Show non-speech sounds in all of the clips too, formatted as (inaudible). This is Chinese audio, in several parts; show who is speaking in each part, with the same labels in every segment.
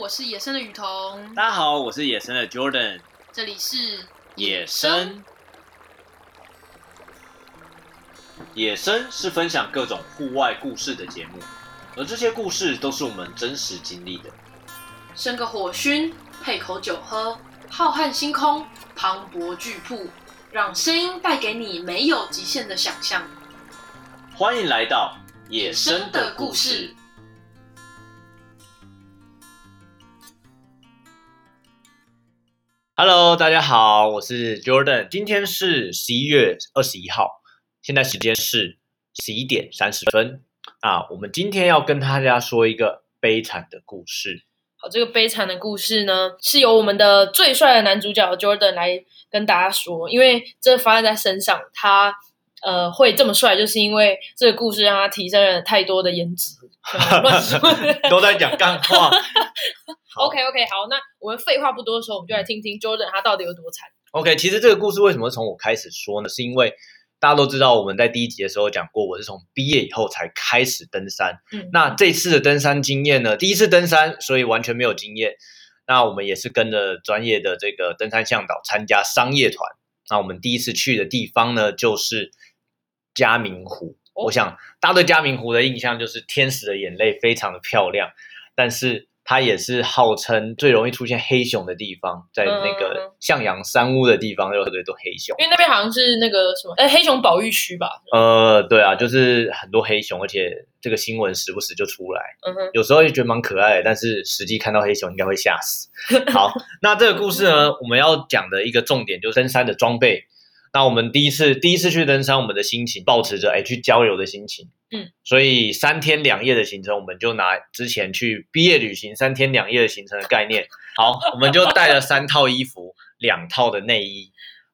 Speaker 1: 我是野生的雨桐，
Speaker 2: 大家好，我是野生的 Jordan。
Speaker 1: 这里是
Speaker 2: 野生，野生是分享各种户外故事的节目，而这些故事都是我们真实经历的。
Speaker 1: 生个火熏，配口酒喝，浩瀚星空，磅礴巨瀑，让声音带给你没有极限的想象。
Speaker 2: 欢迎来到野
Speaker 1: 野
Speaker 2: 生
Speaker 1: 生
Speaker 2: 的
Speaker 1: 的
Speaker 2: 故
Speaker 1: 故
Speaker 2: 事
Speaker 1: 事。
Speaker 2: Hello，大家好，我是 Jordan，今天是十一月二十一号，现在时间是十一点三十分啊。我们今天要跟大家说一个悲惨的故事。
Speaker 3: 好，这个悲惨的故事呢，是由我们的最帅的男主角 Jordan 来跟大家说，因为这发生在身上，他呃会这么帅，就是因为这个故事让他提升了太多的颜值。
Speaker 1: (laughs)
Speaker 3: 乱说
Speaker 2: (laughs) 都在讲干话。好
Speaker 3: OK OK，好，那我们废话不多说，我们就来听听 Jordan 他到底有多惨。
Speaker 2: OK，其实这个故事为什么会从我开始说呢？是因为大家都知道我们在第一集的时候讲过，我是从毕业以后才开始登山。
Speaker 3: 嗯
Speaker 2: 那这次的登山经验呢，第一次登山，所以完全没有经验。那我们也是跟着专业的这个登山向导参加商业团。那我们第一次去的地方呢，就是嘉明湖。
Speaker 3: 哦
Speaker 2: 我想大家对嘉明湖的印象就是《天使的眼泪》非常的漂亮，但是它也是号称最容易出现黑熊的地方，在那
Speaker 3: 嗯嗯
Speaker 2: 个向阳山屋的地方有特别多黑熊。
Speaker 3: 因为那边好像是那个什么，哎，黑熊保育区吧？
Speaker 2: 呃，对啊，就是很多黑熊，而且这个新闻时不时就出来，
Speaker 3: 嗯哼，
Speaker 2: 有时候也觉得蛮可爱的，但是实际看到黑熊应该会吓
Speaker 3: (laughs)
Speaker 2: 死。好，那这个故事呢，我们要讲的一个重点就是登山的装备。那我们第一次第一次去登山，我们的心情保持着哎去郊游的心情，
Speaker 3: 嗯，
Speaker 2: 所以三天两夜的行程，我们就拿之前去毕业旅行三天两夜的行程的概念，好，我们就带了三套衣服，两套的内衣，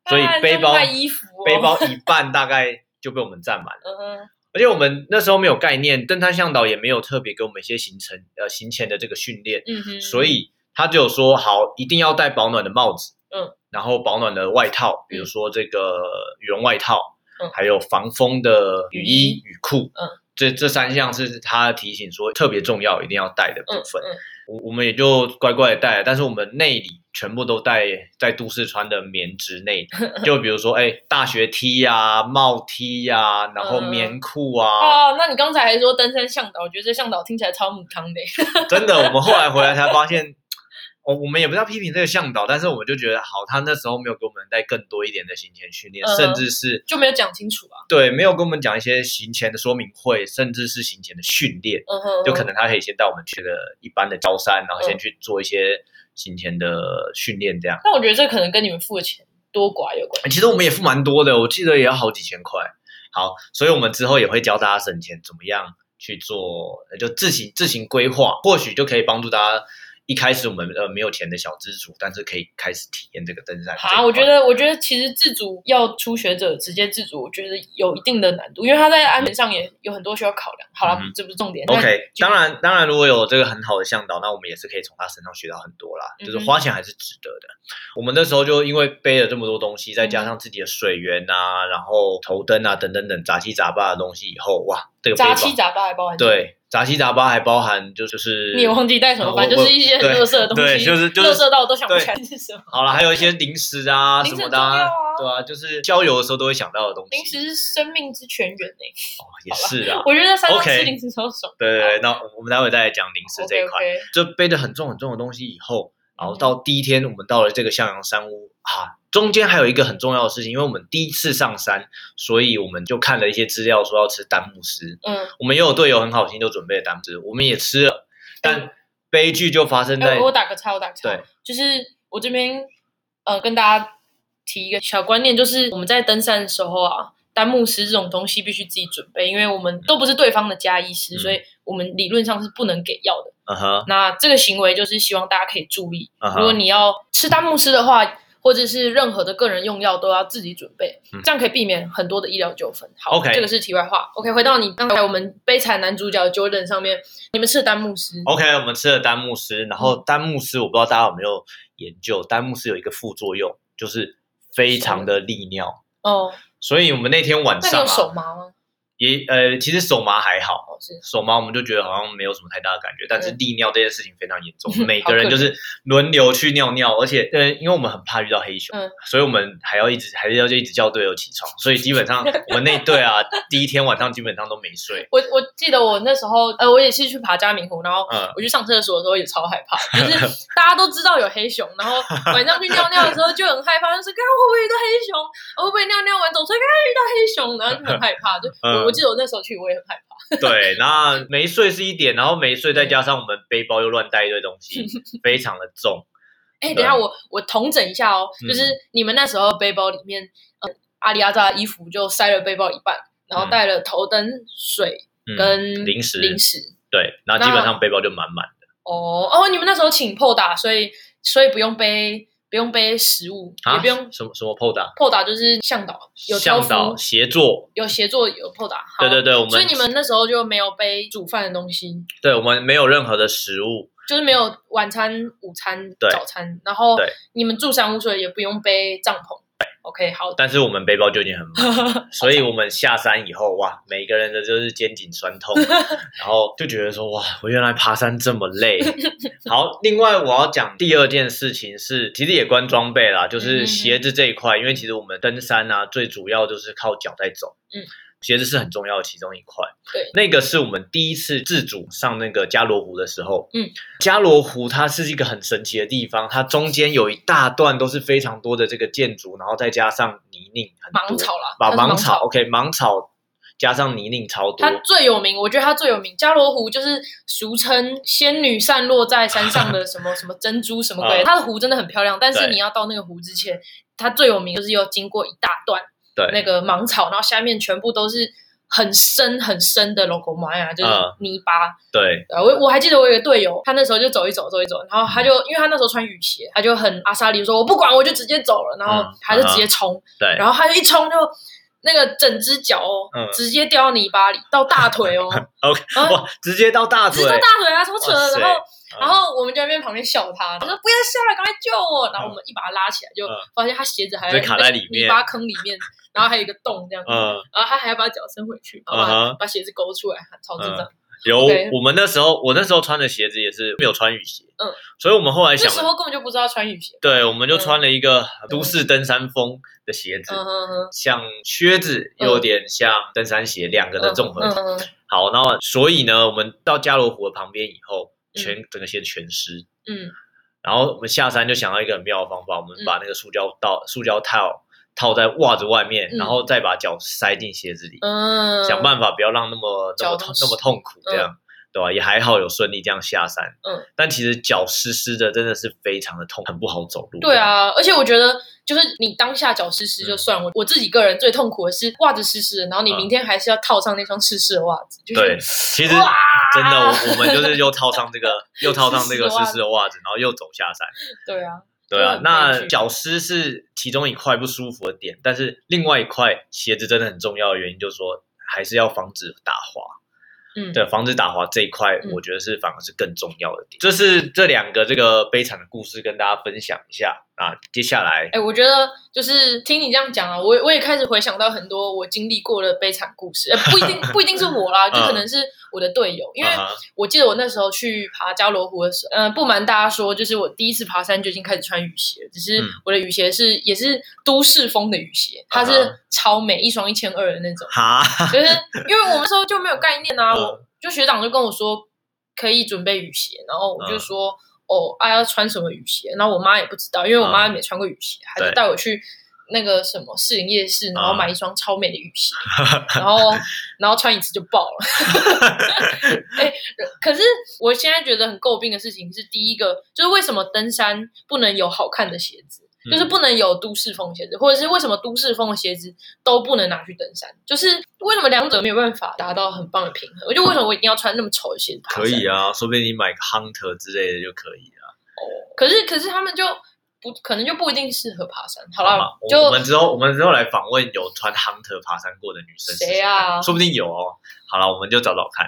Speaker 2: 所
Speaker 3: (laughs)
Speaker 2: 以
Speaker 3: 啊
Speaker 2: 背包
Speaker 3: 在卖衣服、哦，
Speaker 2: 背，包一半大概就被我们占满了。
Speaker 3: 嗯哼，
Speaker 2: 而且我们那时候没有概念，登山向导也没有特别给我们一些行程呃行前的这个训练，
Speaker 3: 嗯哼，
Speaker 2: 所以他只有说好一定要戴保暖的帽子，
Speaker 3: 嗯，
Speaker 2: 然后保暖的外套，比如说这个羽绒外套，
Speaker 3: 嗯
Speaker 2: 还有防风的雨衣、
Speaker 3: 雨
Speaker 2: 雨裤，
Speaker 3: 嗯，
Speaker 2: 这这三项是他提醒说特别重要一定要带的部
Speaker 3: 嗯
Speaker 2: 分。
Speaker 3: 嗯
Speaker 2: 我我们也就乖乖的带了，但是我们内里全部都带在都市穿的棉织
Speaker 3: (laughs)
Speaker 2: 内里，就比如说哎、大学 T 呀、帽 T 呀、然后
Speaker 3: 嗯
Speaker 2: 棉裤啊，
Speaker 3: 哦，那你刚才还说登山向导，我觉得这向导听起来超母汤的。 (laughs)
Speaker 2: 真的，我们后来回来才发现，我我们也不是要批评这个向导，但是我们就觉得好，他那时候没有给我们带更多一点的行前训练，
Speaker 3: 嗯
Speaker 2: 甚至是
Speaker 3: 就没有讲清楚啊。
Speaker 2: 对没有跟我们讲一些行前的说明会，甚至是行前的训练。
Speaker 3: 嗯哼，
Speaker 2: 就可能他可以先带我们去了一般的高山，然后先
Speaker 3: 嗯
Speaker 2: 去做一些行前的训练，这样。
Speaker 3: 但我觉得这可能跟你们付的钱多寡有关。
Speaker 2: 欸其实我们也付蛮多的，我记得也要好几千块。好，所以我们之后也会教大家省钱怎么样去做，呃就自行自行规划，或许就可以帮助大家。一开始我们呃没有钱的小资主，但是可以开始体验这个登山这一块。
Speaker 3: 啊，我觉得，我觉得其实自主要初学者直接自主，我觉得有一定的难度，因为他在安全上也有很多需要考量。好了
Speaker 2: 嗯哼，
Speaker 3: 这不是重点。那
Speaker 2: OK，当然当然，如果有这个很好的向导，那我们也是可以从他身上学到很多啦。就是
Speaker 3: 嗯哼
Speaker 2: 花钱还是值得的。我们那时候就因为背了这么多东西，再
Speaker 3: 嗯
Speaker 2: 加上自己的水源啊，然后头灯啊等等等杂七杂八的东西以后，哇，这个背包
Speaker 3: 杂七杂八还包含， (laughs)
Speaker 2: 对，杂七杂八还包含就就是
Speaker 3: 你也忘记带什么，反正
Speaker 2: 我
Speaker 3: 就是一些很
Speaker 2: 对
Speaker 3: 垃圾的东西，
Speaker 2: 对就是就是
Speaker 3: 垃圾到我都想不起来是什么。
Speaker 2: 好了，还有一些零食啊
Speaker 3: 零食
Speaker 2: 什么
Speaker 3: 很
Speaker 2: 的、
Speaker 3: 重要啊
Speaker 2: 对啊，就是郊游的时候都会想到的东西。
Speaker 3: 零食是生命之泉源诶、
Speaker 2: 哦也是啊，
Speaker 3: 我觉得在山上
Speaker 2: OK
Speaker 3: 吃零食超爽。
Speaker 2: 对对对，那我们待会再来讲零食这
Speaker 3: OK
Speaker 2: 一块。
Speaker 3: OK，
Speaker 2: 就背着很重很重的东西以后，然后
Speaker 3: 嗯
Speaker 2: 到第一天我们到了这个向阳山屋啊，中间还有一个很重要的事情，因为我们第一次上山，所以我们就看了一些资料说要吃丹木斯，
Speaker 3: 嗯，
Speaker 2: 我们也有队友很好心就准备了丹木斯，我们也吃了，但悲剧就发生
Speaker 3: 哎、
Speaker 2: 在、
Speaker 3: 嗯我打个岔，我打个岔。
Speaker 2: 对，
Speaker 3: 就是我这边呃跟大家提一个小观念，就是我们在登山的时候啊，丹木师这种东西必须自己准备，因为我们都不是对方的家医师，
Speaker 2: 嗯
Speaker 3: 所以我们理论上是不能给药的。
Speaker 2: 嗯哼
Speaker 3: 那这个行为就是希望大家可以注意，
Speaker 2: 嗯
Speaker 3: 如果
Speaker 2: 哼，
Speaker 3: 你要吃丹木师的话。或者是任何的个人用药都要自己准备，
Speaker 2: 嗯
Speaker 3: 这样可以避免很多的医疗纠纷。好
Speaker 2: OK
Speaker 3: 这个是题外话。OK，回到你刚才我们悲惨男主角 Jordan 上面，你们吃的丹木师
Speaker 2: OK，我们吃了丹木斯，然
Speaker 3: 嗯
Speaker 2: 后丹木斯我不知道大家有没有研究，丹木斯有一个副作用，就是非常的利尿，
Speaker 3: 哦，
Speaker 2: 所以我们那天晚
Speaker 3: 那你
Speaker 2: 上
Speaker 3: 有手
Speaker 2: 啊，
Speaker 3: 麻吗？
Speaker 2: 也呃，其实手麻还好，
Speaker 3: 哦，是
Speaker 2: 手麻我们就觉得好像没有什么太大的感觉，但是
Speaker 3: 嗯
Speaker 2: 利尿这件事情非常严重，每
Speaker 3: (laughs) 好
Speaker 2: 个人
Speaker 3: 可
Speaker 2: 就是轮流去尿尿，而且呃，因为我们很怕遇到黑熊，
Speaker 3: 嗯
Speaker 2: 所以我们还要一直还是要就一直叫队友起床，所以基
Speaker 3: (laughs)
Speaker 2: 本上我们那队啊，第一天晚上基本上都没睡，
Speaker 3: 我我记得我那时候，呃，我也是去爬嘉明湖，然后
Speaker 2: 嗯，
Speaker 3: 我去上厕所的时候也超害怕，就是大家都知道有黑熊，然后晚上去尿尿的时候就很害怕，就是看会不会遇到黑熊，我会不会尿尿完走出来看遇到黑熊，然后就很害怕。就我
Speaker 2: 嗯
Speaker 3: 我记得我那时候去我也很害怕， (laughs)
Speaker 2: 对，那没睡是一点，然后没睡再加上我们背包又乱带一堆东西，
Speaker 3: 嗯
Speaker 2: 非常的重，
Speaker 3: 哎，
Speaker 2: 对啊
Speaker 3: 等一下我我统整一下哦，
Speaker 2: 嗯
Speaker 3: 就是你们那时候背包里面，呃，阿里阿扎的衣服就塞了背包一半，然后带了头灯、水
Speaker 2: 嗯，
Speaker 3: 跟
Speaker 2: 零食
Speaker 3: 零食。
Speaker 2: 对，然后基本上背包就满满的，
Speaker 3: 哦哦，你们那时候请破打，所以所以不用背不用背食物，也
Speaker 2: 啊
Speaker 3: 不用。
Speaker 2: 什么什么 POD，
Speaker 3: 破打就是向导，有挑
Speaker 2: 向
Speaker 3: 夫
Speaker 2: 导协作，
Speaker 3: 有协作有破打，好
Speaker 2: 对对对，我们
Speaker 3: 所以你们那时候就没有背煮饭的东西，
Speaker 2: 对我们没有任何的食物，
Speaker 3: 就是没有晚餐、午餐、
Speaker 2: 对
Speaker 3: 早餐，然后
Speaker 2: 对
Speaker 3: 你们住山屋，所以也不用背帐篷。OK，好，
Speaker 2: 但是我们背包就已经很
Speaker 3: (laughs)
Speaker 2: 满，所以我们下山以后，哇，每个人的就是肩颈酸
Speaker 3: (laughs)
Speaker 2: 痛，然后就觉得说，哇，我原来爬山这么累。 (laughs) 好，另外我要讲第二件事情是，其实也关装备啦，
Speaker 3: 嗯嗯
Speaker 2: 就
Speaker 3: 嗯
Speaker 2: 是鞋子这一块，因为其实我们登山啊，最主要就是靠脚在走，
Speaker 3: 嗯。
Speaker 2: 鞋子是很重要的其中一块，
Speaker 3: 对，
Speaker 2: 那个是我们第一次自主上那个加罗湖的时候，
Speaker 3: 嗯，
Speaker 2: 加罗湖它是一个很神奇的地方，它中间有一大段都是非常多的这个建筑，然后再加上泥泞很多，
Speaker 3: 芒草啦，
Speaker 2: 把
Speaker 3: 它是
Speaker 2: 芒
Speaker 3: 芒
Speaker 2: 草。，OK，芒草加上泥泞超多
Speaker 3: 它，最有名，我觉得它最有名，加罗湖就是俗称仙女散落在山上的什么 (laughs) 什么珍珠什么鬼，
Speaker 2: 嗯
Speaker 3: 它的湖真的很漂亮。但是
Speaker 2: 对
Speaker 3: 你要到那个湖之前，它最有名就是有经过一大段
Speaker 2: 对，
Speaker 3: 那个芒草，然后下面全部都是很深很深的 logo m a 哎就是
Speaker 2: 嗯
Speaker 3: 泥巴。
Speaker 2: 对，
Speaker 3: 呃，我我还记得我有一个队友，他那时候就走一走，走一走，然后他
Speaker 2: 嗯
Speaker 3: 就因为他那时候穿雨鞋，他就很阿莎莉说，我不管，我就直接走了，然后
Speaker 2: 嗯
Speaker 3: 他就直接冲，
Speaker 2: 对，
Speaker 3: 然后他就一冲就那个整只脚哦，
Speaker 2: 嗯
Speaker 3: 直接掉到泥巴里，到大腿
Speaker 2: (laughs)
Speaker 3: 哦，
Speaker 2: OK，
Speaker 3: 然后
Speaker 2: 哇，直接到大
Speaker 3: 直接，
Speaker 2: 腿
Speaker 3: 到大腿啊，超扯
Speaker 2: 哇
Speaker 3: 的，
Speaker 2: 塞
Speaker 3: 然后。
Speaker 2: 嗯
Speaker 3: 然后我们就在那边旁边笑他，他说不要下来，赶快救我！然后我们一把他拉起来，就
Speaker 2: 嗯
Speaker 3: 发现他鞋子还
Speaker 2: 就卡在里面
Speaker 3: 泥巴坑里
Speaker 2: (laughs)
Speaker 3: 面，然后还有一个洞这样，
Speaker 2: 嗯，
Speaker 3: 然后他还要把脚伸回去，然后
Speaker 2: 嗯
Speaker 3: 把
Speaker 2: 哼嗯
Speaker 3: 把鞋子勾出来，超智障。
Speaker 2: 有
Speaker 3: OK
Speaker 2: 我们那时候，我那时候穿的鞋子也是没有穿雨鞋，
Speaker 3: 嗯，
Speaker 2: 所以我们后来
Speaker 3: 那
Speaker 2: 想
Speaker 3: 时
Speaker 2: 了，
Speaker 3: 候根本就不知道穿雨鞋，
Speaker 2: 对，我们就穿了一个都市登山风的鞋子，
Speaker 3: 嗯哼哼。
Speaker 2: 像靴子，
Speaker 3: 嗯
Speaker 2: 又有点像登山鞋，两个的综合体。
Speaker 3: 嗯嗯
Speaker 2: 好，然后所以呢，我们到加罗湖的旁边以后，
Speaker 3: 嗯
Speaker 2: 全整个鞋子全湿。
Speaker 3: 嗯
Speaker 2: 然后我们下山就想到一个很妙的方法，我们把那个塑胶套、塑胶套套在袜子外面，
Speaker 3: 嗯
Speaker 2: 然后再把脚塞进鞋子里，
Speaker 3: 嗯，
Speaker 2: 想办法不要让那么那
Speaker 3: 脚那么
Speaker 2: 么痛
Speaker 3: 湿
Speaker 2: 那么痛苦，这样、对吧、也还好有顺利这样下山。
Speaker 3: 嗯，
Speaker 2: 但其实脚湿湿的真的是非常的痛，很不好走路。
Speaker 3: 对，啊，而且我觉得，就是你当下脚湿湿就算，我、我自己个人最痛苦的是袜子湿湿的，然后你
Speaker 2: 嗯
Speaker 3: 明天还是要套上那双湿湿的袜子，就是 (laughs)
Speaker 2: 对，其实
Speaker 3: 哇
Speaker 2: 真的我我们就是又套上这个又套上这
Speaker 3: (laughs)
Speaker 2: 个
Speaker 3: 湿湿的袜
Speaker 2: 湿
Speaker 3: 子
Speaker 2: 湿的袜子，然后又走下山。
Speaker 3: 对啊，
Speaker 2: 对
Speaker 3: 就
Speaker 2: 啊
Speaker 3: 很，悲
Speaker 2: 那
Speaker 3: 剧
Speaker 2: 脚湿是其中一块不舒服的点，但是另外一块鞋子真的很重要的原因，就是说还是要防止打滑。
Speaker 3: 嗯，
Speaker 2: 对，防止打滑这一块
Speaker 3: 嗯，
Speaker 2: 我觉得是反而是更重要的点。这是这两个这个悲惨的故事跟大家分享一下啊。接下来
Speaker 3: 哎、，我觉得就是听你这样讲啊，我也我也开始回想到很多我经历过的悲惨故事，呃、不一定不一定是我
Speaker 2: (laughs)
Speaker 3: 啦，就可能是我的队友，因为
Speaker 2: 嗯啊哈
Speaker 3: 我记得我那时候去爬加罗湖的时候，嗯、不瞒大家说，就是我第一次爬山就已经开始穿雨鞋了，只是
Speaker 2: 嗯
Speaker 3: 我的雨鞋是也是都市风的雨鞋，它
Speaker 2: 啊
Speaker 3: 是
Speaker 2: 哈。
Speaker 3: 超美，一双一千二的那种 (laughs)
Speaker 2: (laughs) 哈，
Speaker 3: 就是因为我们那时候就没有概念啊，
Speaker 2: 嗯
Speaker 3: 我就学长就跟我说可以准备雨鞋，然后我就
Speaker 2: 嗯
Speaker 3: 说、哦，啊要穿什么雨鞋，然后我妈也不知道，因为我妈没穿过雨鞋，还是
Speaker 2: 嗯对
Speaker 3: 带我去。那个什么士林夜市，然后
Speaker 2: 嗯
Speaker 3: 买一双超美的雨
Speaker 2: (laughs)
Speaker 3: 鞋，然后然后穿一次就爆了，可是我现在觉得很诟病的事情是，第一个就是为什么登山不能有好看的鞋子，
Speaker 2: 嗯
Speaker 3: 就是不能有都市风鞋子，或者是为什么都市风的鞋子都不能拿去登山？就是为什么两者没有办法达到很棒的平衡？我就为什么我一定要穿那么丑的鞋子？
Speaker 2: 可以。啊，说不定你买个 Hunter 之类的就可以了。
Speaker 3: 可是可是他们就不可能就不一定适合爬山。好
Speaker 2: 吗
Speaker 3: 了，？
Speaker 2: 我
Speaker 3: 就
Speaker 2: 我们之后我们之后来访问有穿 Hunter 爬山过的女生是
Speaker 3: 谁啊
Speaker 2: 说不定有哦。好了，我们就找找看。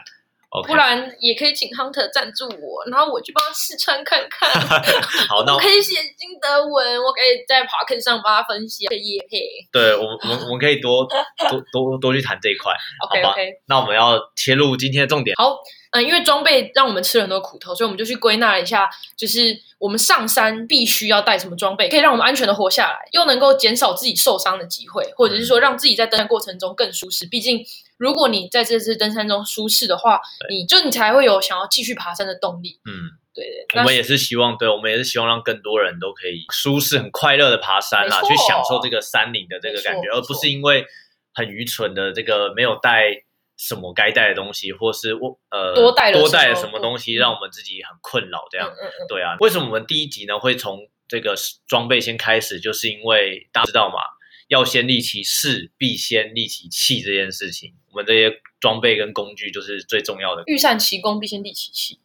Speaker 2: OK，
Speaker 4: 不然也可以请 Hunter 赞助我，然后我去帮他试穿看看。
Speaker 2: (laughs) 好，那
Speaker 4: 我
Speaker 2: 我
Speaker 4: 可以写金德文，我可以在 p o c k e t 上帮他分析这叶配。
Speaker 2: 对我们我们我们可以多多多多去谈这一块。
Speaker 4: OK
Speaker 2: 好吧
Speaker 4: OK，
Speaker 2: 那我们要切入今天的重点，
Speaker 4: 好，嗯，因为装备让我们吃了很多苦头，所以我们就去归纳了一下，就是我们上山必须要带什么装备，可以让我们安全的活下来，又能够减少自己受伤的机会，或者是
Speaker 2: 嗯
Speaker 4: 说让自己在登山过程中更舒适。毕竟，如果你在这次登山中舒适的话，你就你才会有想要继续爬山的动力。
Speaker 2: 嗯，
Speaker 4: 对对，
Speaker 2: 我
Speaker 4: 那
Speaker 2: 们也是希望，对我们也是希望让更多人都可以舒适、很快乐的爬山啦，
Speaker 4: 没错
Speaker 2: 去享受这个山林的这个感觉，
Speaker 4: 没错
Speaker 2: 而不是因为很愚蠢的这个没有带什么该带的东西，或是我呃
Speaker 4: 多带了
Speaker 2: 多带了
Speaker 4: 什
Speaker 2: 什
Speaker 4: 么
Speaker 2: 么东
Speaker 4: 嗯
Speaker 2: 西，让我们自己很困扰这
Speaker 4: 嗯
Speaker 2: 样。
Speaker 4: 嗯嗯，
Speaker 2: 对啊，为什么我们第一集呢会从这个装备先开始，就是因为大家知道嘛，要先利其势，必先利其器这件事情，我们这些装备跟工具就是最重要的。
Speaker 4: 欲善其功，必先利其器。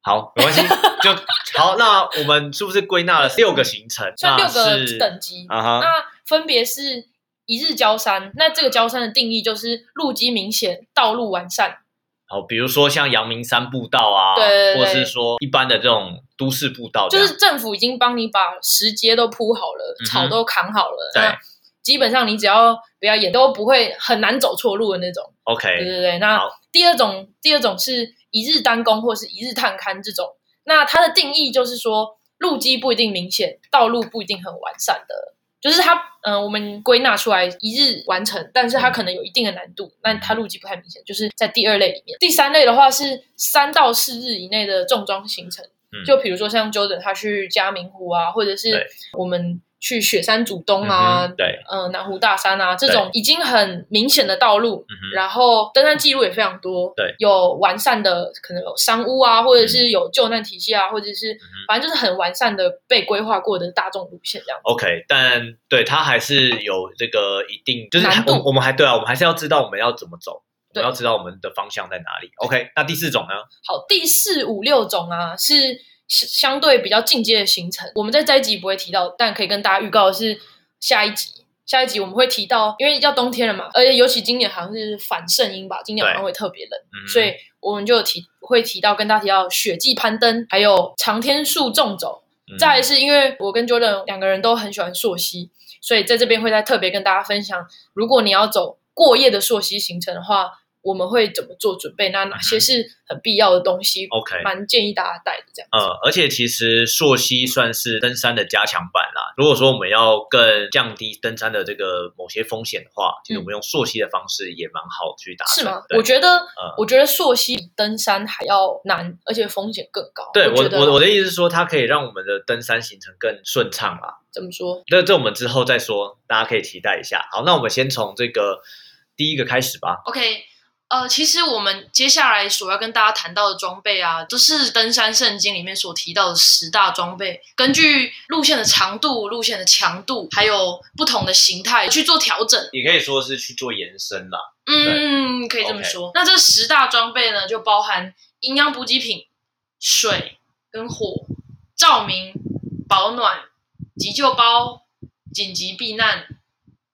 Speaker 2: 好，没关系，
Speaker 4: (laughs)
Speaker 2: 就好。那我们是不是归纳了六个行程？
Speaker 4: 算六
Speaker 2: 那
Speaker 4: 个
Speaker 2: 是
Speaker 4: 等级
Speaker 2: 啊哈，
Speaker 4: 那分别是一日交山，那这个交山的定义就是路基明显，道路完善。
Speaker 2: 好，比如说像阳明山步道啊，
Speaker 4: 对对对
Speaker 2: 或是说一般的这种都市步道这
Speaker 4: 就
Speaker 2: 样，
Speaker 4: 是政府已经帮你把石阶都铺好了，
Speaker 2: 嗯哼
Speaker 4: 草都扛好了，
Speaker 2: 对
Speaker 4: 那基本上你只要不要也都不会很难走错路的那种。对
Speaker 2: OK，
Speaker 4: 对对，那
Speaker 2: 好
Speaker 4: 第二种第二种是一日单攻或是一日探勘这种，那它的定义就是说路基不一定明显，道路不一定很完善的。就是它，嗯、我们归纳出来一日完成，但是它可能有一定的难
Speaker 2: 嗯
Speaker 4: 度，那它路基不太明显，就是在第二类里面。第三类的话是三到四日以内的重装行程，
Speaker 2: 嗯
Speaker 4: 就比如说像 Jordan 他去嘉明湖啊，或者
Speaker 2: 对
Speaker 4: 是我们去雪山主东啊，
Speaker 2: 嗯哼，对，
Speaker 4: 呃南湖大山啊这种已经很明显的道路，
Speaker 2: 嗯哼
Speaker 4: 然后登山记录也非常多，
Speaker 2: 对嗯
Speaker 4: 有完善的可能有山屋啊，或者是有救难体系啊，或者是
Speaker 2: 哼
Speaker 4: 反正就是很完善的被规划过的大众路线这样。
Speaker 2: OK，但对它还是有这个一定，就是
Speaker 4: 难
Speaker 2: 还
Speaker 4: 度
Speaker 2: 我我们还对啊，我们还是要知道我们要怎么走，我
Speaker 4: 对
Speaker 2: 们要知道我们的方向在哪里。OK，那第四种呢？
Speaker 4: 好，第四五六种啊是相相对比较进阶的行程，我们在这一集不会提到，但可以跟大家预告的是下一集。下一集我们会提到，因为要冬天了嘛，而且尤其今年好像是反圣音吧，今年好像会特别冷，
Speaker 2: 嗯，
Speaker 4: 所以我们就有提会提到跟大家提到雪季攀登，还有长天树纵走。
Speaker 2: 嗯
Speaker 4: 再来是因为我跟 Jordan 两个人都很喜欢溯溪，所以在这边会再特别跟大家分享，如果你要走过夜的溯溪行程的话，我们会怎么做准备？那哪些是很必要的东西？
Speaker 2: 嗯哦 OK，
Speaker 4: 蛮建议大家带的这样。
Speaker 2: 呃，而且其实溯溪算是登山的加强版啦。如果说我们要更降低登山的这个某些风险的话，其实我们用溯溪的方式也蛮好去达
Speaker 4: 嗯
Speaker 2: 成。
Speaker 4: 是吗？
Speaker 2: 对
Speaker 4: 我觉得，
Speaker 2: 呃
Speaker 4: 我觉得溯溪比登山还要难，而且风险更高。
Speaker 2: 对我
Speaker 4: 觉得
Speaker 2: 我我的意思是说，它可以让我们的登山行程更顺畅啦。
Speaker 4: 怎么说？
Speaker 2: 这这我们之后再说，大家可以期待一下。好，那我们先从这个第一个开始吧。
Speaker 3: OK，呃，其实我们接下来所要跟大家谈到的装备啊，都是登山圣经里面所提到的十大装备，根据路线的长度、路线的强度，还有不同的形态去做调整。
Speaker 2: 也可以说是去做延伸啦。
Speaker 3: 嗯，可以这么说。那这十大装备呢，就包含营养补给品、水跟火、照明、保暖、急救包、紧急避难、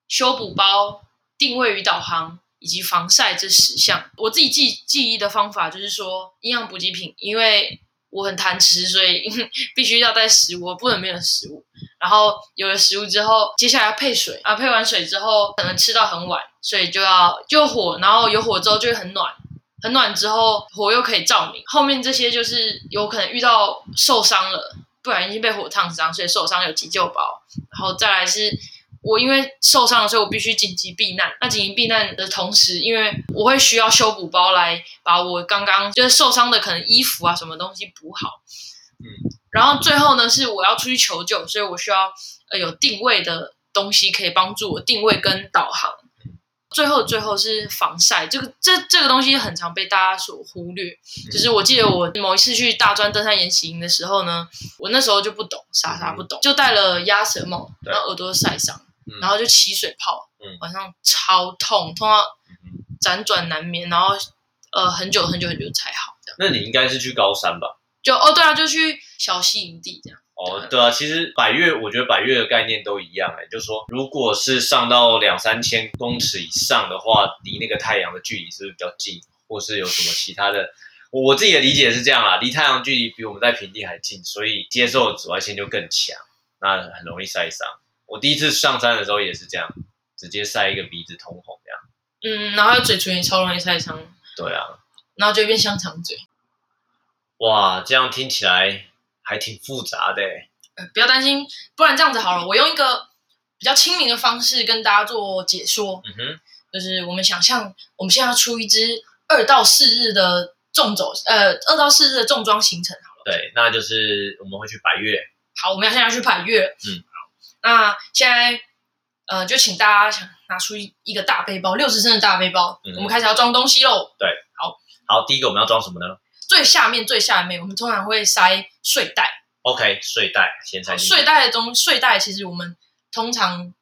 Speaker 3: 修补包、定位与导航。以及防晒这十项，我自己记记忆的方法就是说，营养补给品，因为我很贪吃，所以 (laughs) 必须要带食物，我不能没有食物。然后有了食物之后，接下来要配水啊，配完水之后可能吃到很晚，所以就要就火，然后有火之后就会很暖，很暖之后火又可以照明。后面这些就是有可能遇到受伤了，不然已经被火烫伤，所以受伤有急救包。然后再来是。我因为受伤了，所以我必须紧急避难。那紧急避难的同时，因为我会需要修补包来把我刚刚就是受伤的可能衣服啊什么东西补好。然后最后呢，是我要出去求救，所以我需要呃有定位的东西可以帮助我定位跟导航。最后最后是防晒，这个这这个东西很常被大家所忽略。
Speaker 2: 嗯
Speaker 3: 就是我记得我某一次去大专登山研习营的时候呢，我那时候就不懂，傻傻不懂，就戴了鸭舌帽，
Speaker 2: 嗯对
Speaker 3: 然后耳朵晒伤，
Speaker 2: 嗯
Speaker 3: 然后就起水泡
Speaker 2: 嗯，
Speaker 3: 晚上超痛，痛到
Speaker 2: 嗯
Speaker 3: 辗转难眠，然后呃很久很久很久才好，这样
Speaker 2: 那你应该是去高山吧？
Speaker 3: 就哦对啊，就去小溪营地这样。
Speaker 2: 哦，对啊，其实百越，我觉得百越的概念都一样、哎，就是说，如果是上到两三千公尺以上的话，离那个太阳的距离是不是比较近？或是有什么其他的。我我自己的理解是这样啦，离太阳距离比我们在平地还近，所以接受紫外线就更强，那很容易晒伤。我第一次上山的时候也是这样，直接晒一个鼻子通红这样。
Speaker 3: 嗯，然后嘴唇也超容易晒伤，
Speaker 2: 对啊，
Speaker 3: 然后就变香肠嘴。
Speaker 2: 哇，这样听起来还挺复杂的欸。
Speaker 3: 呃不要担心，不然这样子好了，我用一个比较亲民的方式跟大家做解说，
Speaker 2: 嗯哼，
Speaker 3: 就是我们想象我们现在要出一支二到四日的重走，呃，二到四日的重装行程好了。
Speaker 2: 对，那就是我们会去白月。
Speaker 3: 好，我们要现在去排月。
Speaker 2: 嗯，
Speaker 3: 好，那现在呃，就请大家想拿出一一个大背包，六十升的大背包，
Speaker 2: 嗯
Speaker 3: 我们开始要装东西喽。
Speaker 2: 好，第一个我们要装什么呢
Speaker 3: 最下面最下面，我们通常会塞睡袋。
Speaker 2: ？OK，睡袋先塞进去。
Speaker 3: 哦睡袋中，睡袋其实我们通常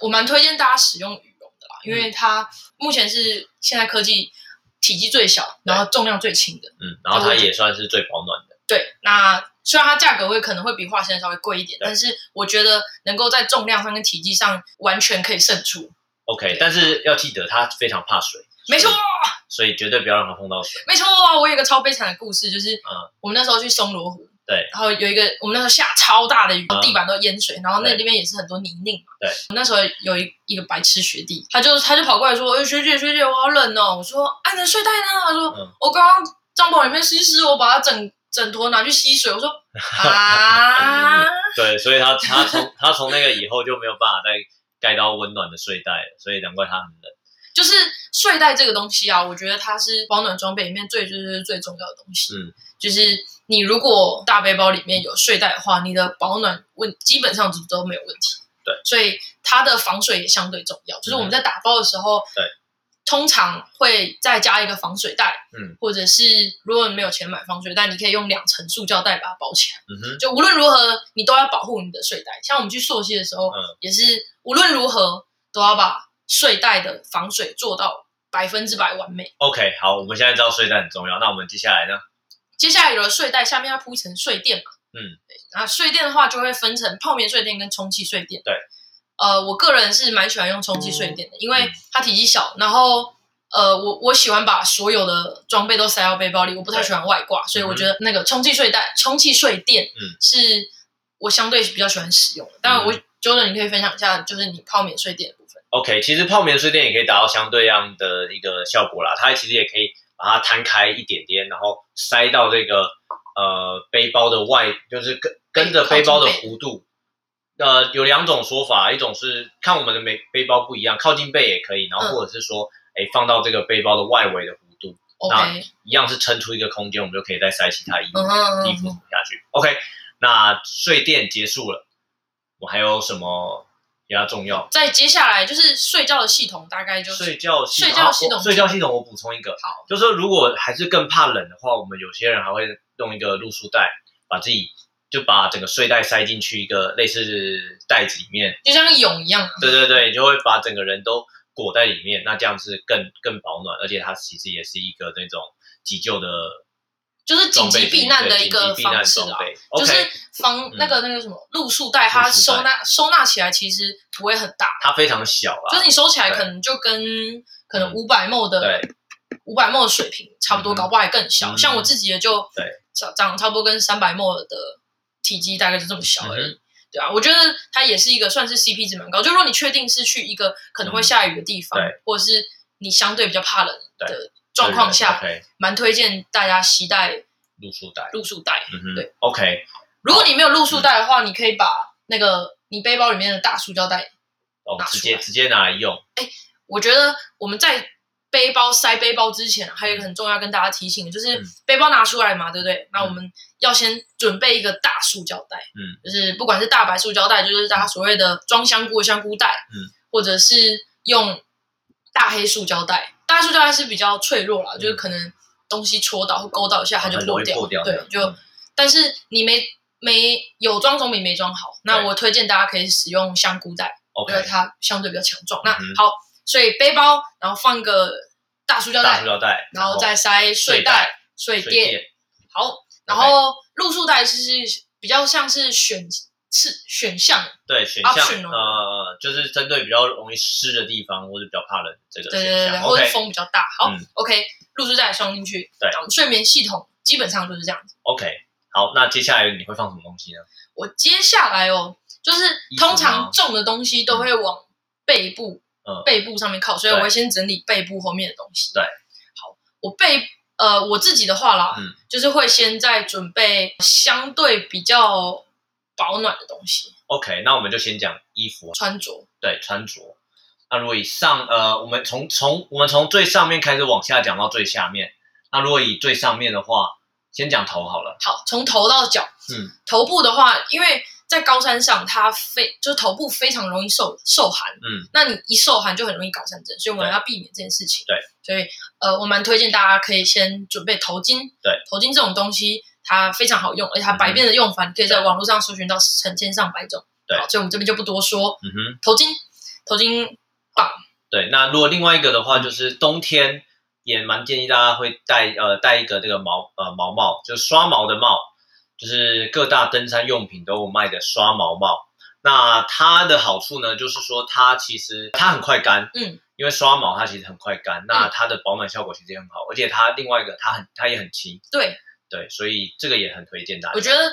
Speaker 3: 我蛮推荐大家使用羽绒的啦，因为它目前是现在科技体积最小，然后重量最轻的。
Speaker 2: 嗯，然后它也算是最保暖的。
Speaker 3: 对，那虽然它价格会可能会比化纤稍微贵一点，
Speaker 2: 对
Speaker 3: 但是我觉得能够在重量上跟体积上完全可以胜出。
Speaker 2: OK，但是要记得它非常怕水，
Speaker 3: 没错，
Speaker 2: 所以绝对不要让它碰到水。
Speaker 3: 没错啊！我有一个超悲惨的故事，就是
Speaker 2: 嗯
Speaker 3: 我们那时候去松罗湖，
Speaker 2: 对，嗯
Speaker 3: 然后有一个我们那时候下超大的雨，地板都淹水，然后那
Speaker 2: 对
Speaker 3: 里面也是很多泥泞嘛。
Speaker 2: 对，
Speaker 3: 那时候有一一个白痴学弟，他就他就跑过来说：“哎、学姐学姐，我好冷哦。”我说：“啊，你的睡袋呢？”他说：“
Speaker 2: 嗯
Speaker 3: 我刚刚帐篷里面湿湿，我把它整整坨拿去吸水。”我
Speaker 2: (laughs)
Speaker 3: 说：“啊，
Speaker 2: 对，所以它它从它从那个以后就没有办法再盖到温暖的睡袋了，所以难怪它很冷。
Speaker 3: 就是睡袋这个东西啊，我觉得它是保暖装备里面最就是最重要的东西。
Speaker 2: 嗯，
Speaker 3: 就是你如果大背包里面有睡袋的话，你的保暖问基本上都没有问题。
Speaker 2: 对，嗯
Speaker 3: 所以它的防水也相对重要。就是我们在打包的时候，
Speaker 2: 对，
Speaker 3: 通常会再加一个防水袋，
Speaker 2: 嗯，
Speaker 3: 或者是如果你没有钱买防水袋，你可以用两层塑胶袋把它包起来。
Speaker 2: 嗯哼，
Speaker 3: 就无论如何，你都要保护你的睡袋。像我们去溯溪的时候，
Speaker 2: 嗯
Speaker 3: 也是无论如何都要把睡袋的防水做到百分之百完美。
Speaker 2: OK，好，我们现在知道睡袋很重要，那我们接下来呢？
Speaker 3: 接下来有了睡袋，下面要铺一层睡垫嘛，
Speaker 2: 嗯
Speaker 3: 对，那睡垫的话就会分成泡棉睡垫跟充气睡垫。
Speaker 2: 对，
Speaker 3: 呃，我个人是蛮喜欢用充气睡垫的，因
Speaker 2: 嗯
Speaker 3: 为它体积小，然后。呃，我我喜欢把所有的装备都塞到背包里，我不太
Speaker 2: 对
Speaker 3: 喜欢外挂，所以我
Speaker 2: 嗯哼
Speaker 3: 觉得那个充气睡袋、充气睡垫，
Speaker 2: 嗯
Speaker 3: 是我相对比较喜欢使用的。当然，我 Jordan 你可以分享一下，就是你泡棉睡垫的部分。
Speaker 2: OK，其实泡棉睡垫也可以达到相对样的一个效果啦。它其实也可以把它摊开一点点，然后塞到这个呃背包的外，就是跟跟
Speaker 3: 哎
Speaker 2: 着背包的弧度。呃，有两种说法，一种是看我们的背背包不一样，靠近背也可
Speaker 3: 嗯
Speaker 2: 以，然后或者是说，哎、放到这个背包的外围的弧度，那
Speaker 3: OK，
Speaker 2: 一样是撑出一个空间，我们就可以再塞其他衣服、
Speaker 3: 嗯哼嗯
Speaker 2: 衣服
Speaker 3: 哼，
Speaker 2: 下去。OK，那睡垫结束了，我还有什么比较重要？
Speaker 3: 再接下来就是睡觉的系统，大概就是
Speaker 2: 睡觉系
Speaker 3: 睡觉系统
Speaker 2: 啊我睡觉系统我补充一个，
Speaker 3: 好，
Speaker 2: 就是说如果还是更怕冷的话，我们有些人还会用一个露宿袋，把自己就把整个睡袋塞进去一个类似袋子里面，
Speaker 3: 就像蛹一样啊。
Speaker 2: 对对对，你就会把整个人都裹在里面，那这样是更更保暖，而且它其实也是一个那种急救的
Speaker 3: 就是紧
Speaker 2: 装备
Speaker 3: 急避难的
Speaker 2: 对
Speaker 3: 一个
Speaker 2: 紧急避难
Speaker 3: 方式
Speaker 2: 装
Speaker 3: 啦。
Speaker 2: 备
Speaker 3: 就
Speaker 2: OK，
Speaker 3: 是防
Speaker 2: 嗯
Speaker 3: 那个那个什么露宿袋，它
Speaker 2: 露宿袋
Speaker 3: 收纳收纳起来其实不会很大，
Speaker 2: 它非常小啊
Speaker 3: 就
Speaker 2: 啦，
Speaker 3: 是你收起来
Speaker 2: 对
Speaker 3: 可能就跟可能
Speaker 2: 嗯
Speaker 3: 五百 ml 的
Speaker 2: 对，
Speaker 3: 五百 ml 水瓶差不多，
Speaker 2: 嗯
Speaker 3: 搞不好还更小。
Speaker 2: 嗯
Speaker 3: 像我自己的就
Speaker 2: 对
Speaker 3: 长长差不多跟三百 ml 的体积大概就这么小而已。
Speaker 2: 嗯
Speaker 3: 对啊，我觉得它也是一个算是 CP 值蛮高。就如果你确定是去一个可能会下雨的地方，
Speaker 2: 嗯对
Speaker 3: 或者是你相对比较怕冷
Speaker 2: 对
Speaker 3: 的状况下，
Speaker 2: ，OK，
Speaker 3: 蛮推荐大家携带
Speaker 2: 露宿袋，
Speaker 3: 露宿袋。
Speaker 2: 嗯哼，
Speaker 3: 对
Speaker 2: ，OK
Speaker 3: 如果你没有露宿袋的话，你可以把那个你背包里面的大塑胶袋，
Speaker 2: 哦
Speaker 3: 拿，
Speaker 2: 直
Speaker 3: 出
Speaker 2: 接
Speaker 3: 来
Speaker 2: 直接拿来用，
Speaker 3: 我觉得我们在背包塞背包之前，还有一个很重要跟大家提醒的，就是
Speaker 2: 嗯
Speaker 3: 背包拿出来嘛，对不对？那我们要先准备一个大塑胶袋，
Speaker 2: 嗯，
Speaker 3: 就是不管是大白塑胶袋，就是大家所谓的装香菇的香菇袋，
Speaker 2: 嗯，
Speaker 3: 或者是用大黑塑胶袋，大黑塑胶袋是比较脆弱啦，就是可能东西戳到或勾到一下它就
Speaker 2: 嗯哦很容
Speaker 3: 破
Speaker 2: 易
Speaker 3: 掉，
Speaker 2: 破掉
Speaker 3: 对
Speaker 2: 的，，
Speaker 3: 就但是你没没有装总比没装好。那
Speaker 2: 对
Speaker 3: 我推荐大家可以使用香菇袋，因
Speaker 2: OK
Speaker 3: 为它相对比较强壮。那
Speaker 2: 嗯哼
Speaker 3: 好，所以背包，然后放个大塑胶
Speaker 2: 大塑
Speaker 3: 袋，
Speaker 2: 料袋，
Speaker 3: 然后再塞睡袋、睡
Speaker 2: 水
Speaker 3: 垫。
Speaker 2: 垫，
Speaker 3: 好，然后露宿袋就是比较像是选次选项。
Speaker 2: 对选
Speaker 3: Optional
Speaker 2: 项，呃，就是针对比较容易湿的地方，或者比较怕冷这个
Speaker 3: 对
Speaker 2: 选
Speaker 3: 对对对，
Speaker 2: 项。
Speaker 3: 或
Speaker 2: OK
Speaker 3: 者风比较大。好、
Speaker 2: 嗯
Speaker 3: o k 露珠带送进去。
Speaker 2: 对
Speaker 3: 然后睡眠系统基本上就是这样子。
Speaker 2: OK，好，那接下来你会放什么东西呢？
Speaker 3: 我接下来哦，就是
Speaker 2: 衣服吗
Speaker 3: 通常重的东西都会往背部、
Speaker 2: 嗯
Speaker 3: 背部上面靠，所以我
Speaker 2: 对
Speaker 3: 会先整理背部后面的东西。
Speaker 2: 对，
Speaker 3: 好，我背呃我自己的话啦，
Speaker 2: 嗯
Speaker 3: 就是会先在准备相对比较保暖的东西
Speaker 2: OK，那我们就先讲衣服，啊
Speaker 3: 穿着。
Speaker 2: 对，穿着。那如果以上，呃，我们从从我们从最上面开始往下讲到最下面。那如果以最上面的话，先讲头好了。
Speaker 3: 好，从头到脚，
Speaker 2: 嗯，
Speaker 3: 头部的话，因为在高山上，它非就是头部非常容易受受寒，
Speaker 2: 嗯，
Speaker 3: 那你一受寒就很容易高山症，所以我们
Speaker 2: 对
Speaker 3: 要避免这件事情。
Speaker 2: 对，
Speaker 3: 所以呃，我蛮推荐大家可以先准备头巾。
Speaker 2: 对，
Speaker 3: 头巾这种东西它非常好用，而且它
Speaker 2: 嗯哼
Speaker 3: 百变的用法，你可以在网络上搜寻到成千上百种。
Speaker 2: 对
Speaker 3: 好所以我们这边就不多说。
Speaker 2: 嗯哼，
Speaker 3: 头巾，头巾
Speaker 2: 对。那如果另外一个的
Speaker 3: 嗯
Speaker 2: 话，就是冬天也蛮建议大家会戴呃戴一个这个毛呃毛帽，就是刷毛的帽，就是各大登山用品都有卖的刷毛帽。那它的好处呢，就是说它其实它很快干，
Speaker 3: 嗯，
Speaker 2: 因为刷毛它其实很快干，那它的保暖效果其实也很好，而且它另外一个它很它也很轻，
Speaker 3: 对
Speaker 2: 对，所以这个也很推荐大家。
Speaker 3: 我觉得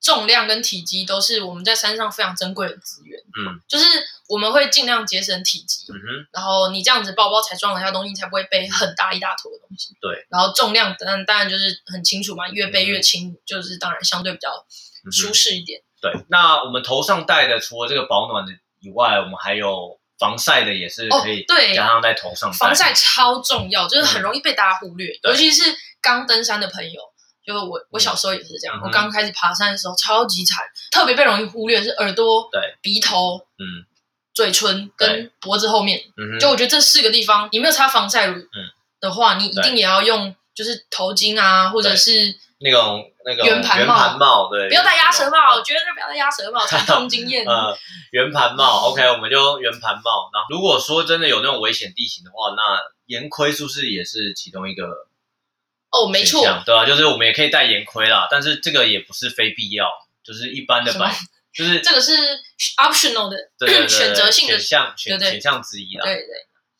Speaker 3: 重量跟体积都是我们在山上非常珍贵的资源。
Speaker 2: 嗯，
Speaker 3: 就是我们会尽量节省体积。
Speaker 2: 嗯哼，
Speaker 3: 然后你这样子包包才装得下东西，你才不会背很大一大坨的东西。
Speaker 2: 对，
Speaker 3: 然后重量当然当然就是很清楚嘛，越背越轻，就是当然相对比较
Speaker 2: 嗯哼
Speaker 3: 舒适一点。
Speaker 2: 对。那我们头上戴的，除了这个保暖的以外，我们还有防晒的，也是
Speaker 3: 哦
Speaker 2: 可以
Speaker 3: 对
Speaker 2: 加上在头上戴。
Speaker 3: 防晒超重要，就是很容易被大家忽略，
Speaker 2: 对
Speaker 3: 尤其是刚登山的朋友。就我，我小时候也是这样。
Speaker 2: 嗯哼
Speaker 3: 我刚开始爬山的时候超级惨，特别被容易忽略是耳朵、
Speaker 2: 对
Speaker 3: 鼻头、
Speaker 2: 嗯
Speaker 3: 嘴唇跟脖子后面。
Speaker 2: 嗯哼，
Speaker 3: 就我觉得这四个地方，你没有擦防晒乳的话，你一定
Speaker 2: 对
Speaker 3: 也要用就是头巾啊，或者
Speaker 2: 对
Speaker 3: 是
Speaker 2: 那种那个
Speaker 3: 圆盘帽
Speaker 2: 帽，对，
Speaker 3: 不要戴鸭舌帽，我
Speaker 2: 圆
Speaker 3: 觉得不要戴鸭舌
Speaker 2: (laughs)
Speaker 3: 帽，惨痛经验。
Speaker 2: 盘帽。呃，圆
Speaker 3: (laughs)
Speaker 2: 盘帽，OK，我们就圆盘帽。然后，如果说真的有那种危险地形的话，那岩盔是不是也是其中一个
Speaker 3: 哦，没错
Speaker 2: 选，项，对啊，就是我们也可以戴眼盔啦，但是这个也不是非必要，就是一般的
Speaker 3: 什么
Speaker 2: 吧，就是
Speaker 3: (laughs) 这个是 optional 的，
Speaker 2: 对对对对
Speaker 3: (laughs) 选择性的
Speaker 2: 选项选
Speaker 3: 对对
Speaker 2: 选项之一
Speaker 3: 对
Speaker 2: 啦。
Speaker 3: 对，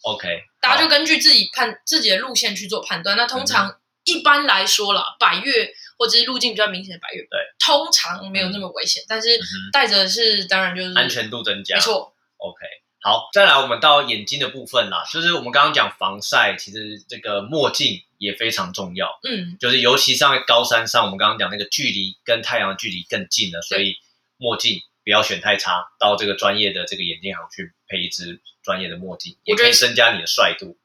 Speaker 2: OK，
Speaker 3: 大家就
Speaker 2: 好嗯
Speaker 3: 根据自己判自己的路线去做判断。那通常一般来说啦，百越或者是路径比较明显的百越，
Speaker 2: 对，嗯
Speaker 3: 通常没有那么危险，但是
Speaker 2: 哼
Speaker 3: 带着是当然就是
Speaker 2: 安，全度增加，
Speaker 3: 嗯没错，
Speaker 2: OK，好，再来我们到眼睛的部分啦，就是我们刚刚讲防晒，其实这个墨镜也非常重要，
Speaker 3: 嗯，
Speaker 2: 就是尤其上高山上，我们刚刚讲那个距离跟太阳的距离更近了，所以墨镜不要选太差，到这个专业的这个眼镜行去配一支专业的墨镜，也
Speaker 3: 我觉
Speaker 2: 可
Speaker 3: 得
Speaker 2: 以增加你的帅度。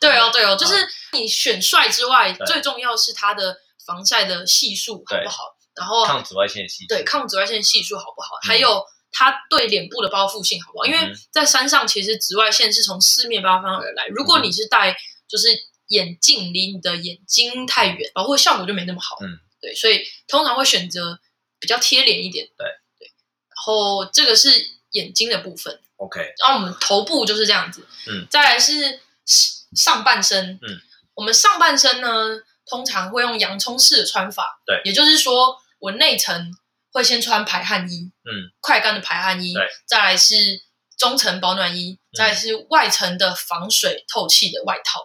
Speaker 3: 对哦对哦，就是你选帅之外，
Speaker 2: 对
Speaker 3: 最重要是它的防晒的系数好
Speaker 2: 对
Speaker 3: 不好，然后
Speaker 2: 抗紫外线的细
Speaker 3: 哦对抗紫外线系数好不好，
Speaker 2: 嗯
Speaker 3: 还有它对脸部的包覆性好不好？因为
Speaker 2: 嗯
Speaker 3: 在山上，其实紫外线是从四面八方而来。如
Speaker 2: 嗯
Speaker 3: 果你是戴就是眼镜，离你的眼睛太远，保护效果就没那么好。
Speaker 2: 嗯，
Speaker 3: 对，所以通常会选择比较贴脸一点。
Speaker 2: 对
Speaker 3: 对，然后这个是眼睛的部分，
Speaker 2: OK，
Speaker 3: 然后我们头部就是这样子。
Speaker 2: 嗯，
Speaker 3: 再来是上半身。
Speaker 2: 嗯，
Speaker 3: 我们上半身呢，通常会用洋葱式的穿法。
Speaker 2: 对
Speaker 3: 也就是说，我内层会先穿排汗衣，
Speaker 2: 嗯，
Speaker 3: 快干的排汗衣
Speaker 2: 对，嗯
Speaker 3: 再来是中层保暖衣，再来是外层的防水透气的外套。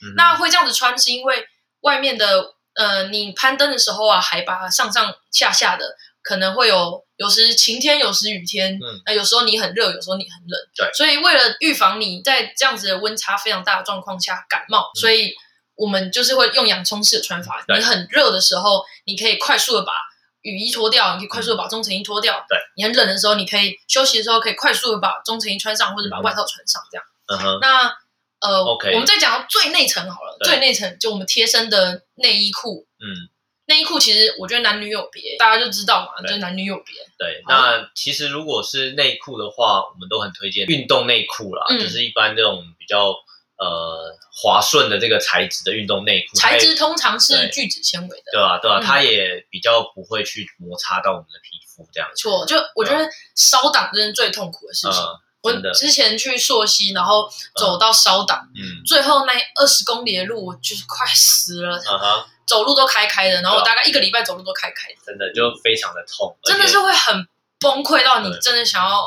Speaker 2: 嗯
Speaker 3: 那会这样子穿，是因为外面的呃，你攀登的时候啊，海拔上上下下的，可能会有有时晴天，有时雨天，
Speaker 2: 嗯
Speaker 3: 那有时候你很热，有时候你很冷，
Speaker 2: 对
Speaker 3: 所以为了预防你在这样子的温差非常大的状况下感冒，所以我们就是会用洋葱式的穿法。
Speaker 2: 嗯对
Speaker 3: 你很热的时候，你可以快速的把雨衣脱掉，你可以快速的把中层衣脱掉。
Speaker 2: 嗯对，
Speaker 3: 你很冷的时候，你可以休息的时候可以快速的把中层衣穿上，或者把
Speaker 2: 嗯
Speaker 3: 外套穿上，这样。
Speaker 2: 嗯哼，
Speaker 3: 那呃
Speaker 2: OK
Speaker 3: 我们再讲到最内层好了，
Speaker 2: 对
Speaker 3: 最内层就我们贴身的内衣裤。
Speaker 2: 嗯，
Speaker 3: 内衣裤其实我觉得男女有别，大家就知道嘛，
Speaker 2: 对
Speaker 3: 就是男女有别。
Speaker 2: 对，
Speaker 3: 好
Speaker 2: 那其实如果是内裤的话，我们都很推荐运动内裤啦，
Speaker 3: 嗯
Speaker 2: 就是一般这种比较呃滑顺的这个材质的运动内裤，
Speaker 3: 材
Speaker 2: 它
Speaker 3: 质
Speaker 2: 也
Speaker 3: 通常是
Speaker 2: 对
Speaker 3: 聚酯纤维的，
Speaker 2: 对啊对啊，
Speaker 3: 嗯
Speaker 2: 它也比较不会去摩擦到我们的皮肤这样
Speaker 3: 没
Speaker 2: 子。
Speaker 3: 错。就我觉得烧档真是最痛苦的事情。
Speaker 2: 啊嗯
Speaker 3: 我
Speaker 2: 真的
Speaker 3: 之前去溯溪，然后走到烧档，
Speaker 2: 嗯
Speaker 3: 最后那二十公里的路，我就是快死了。
Speaker 2: 啊哈，
Speaker 3: 走路都开开的，然后我
Speaker 2: 对啊
Speaker 3: 大概一个礼拜走路都开开的，
Speaker 2: 真的就非常的痛，
Speaker 3: 真的是会很崩溃到你
Speaker 2: 对
Speaker 3: 真的想要，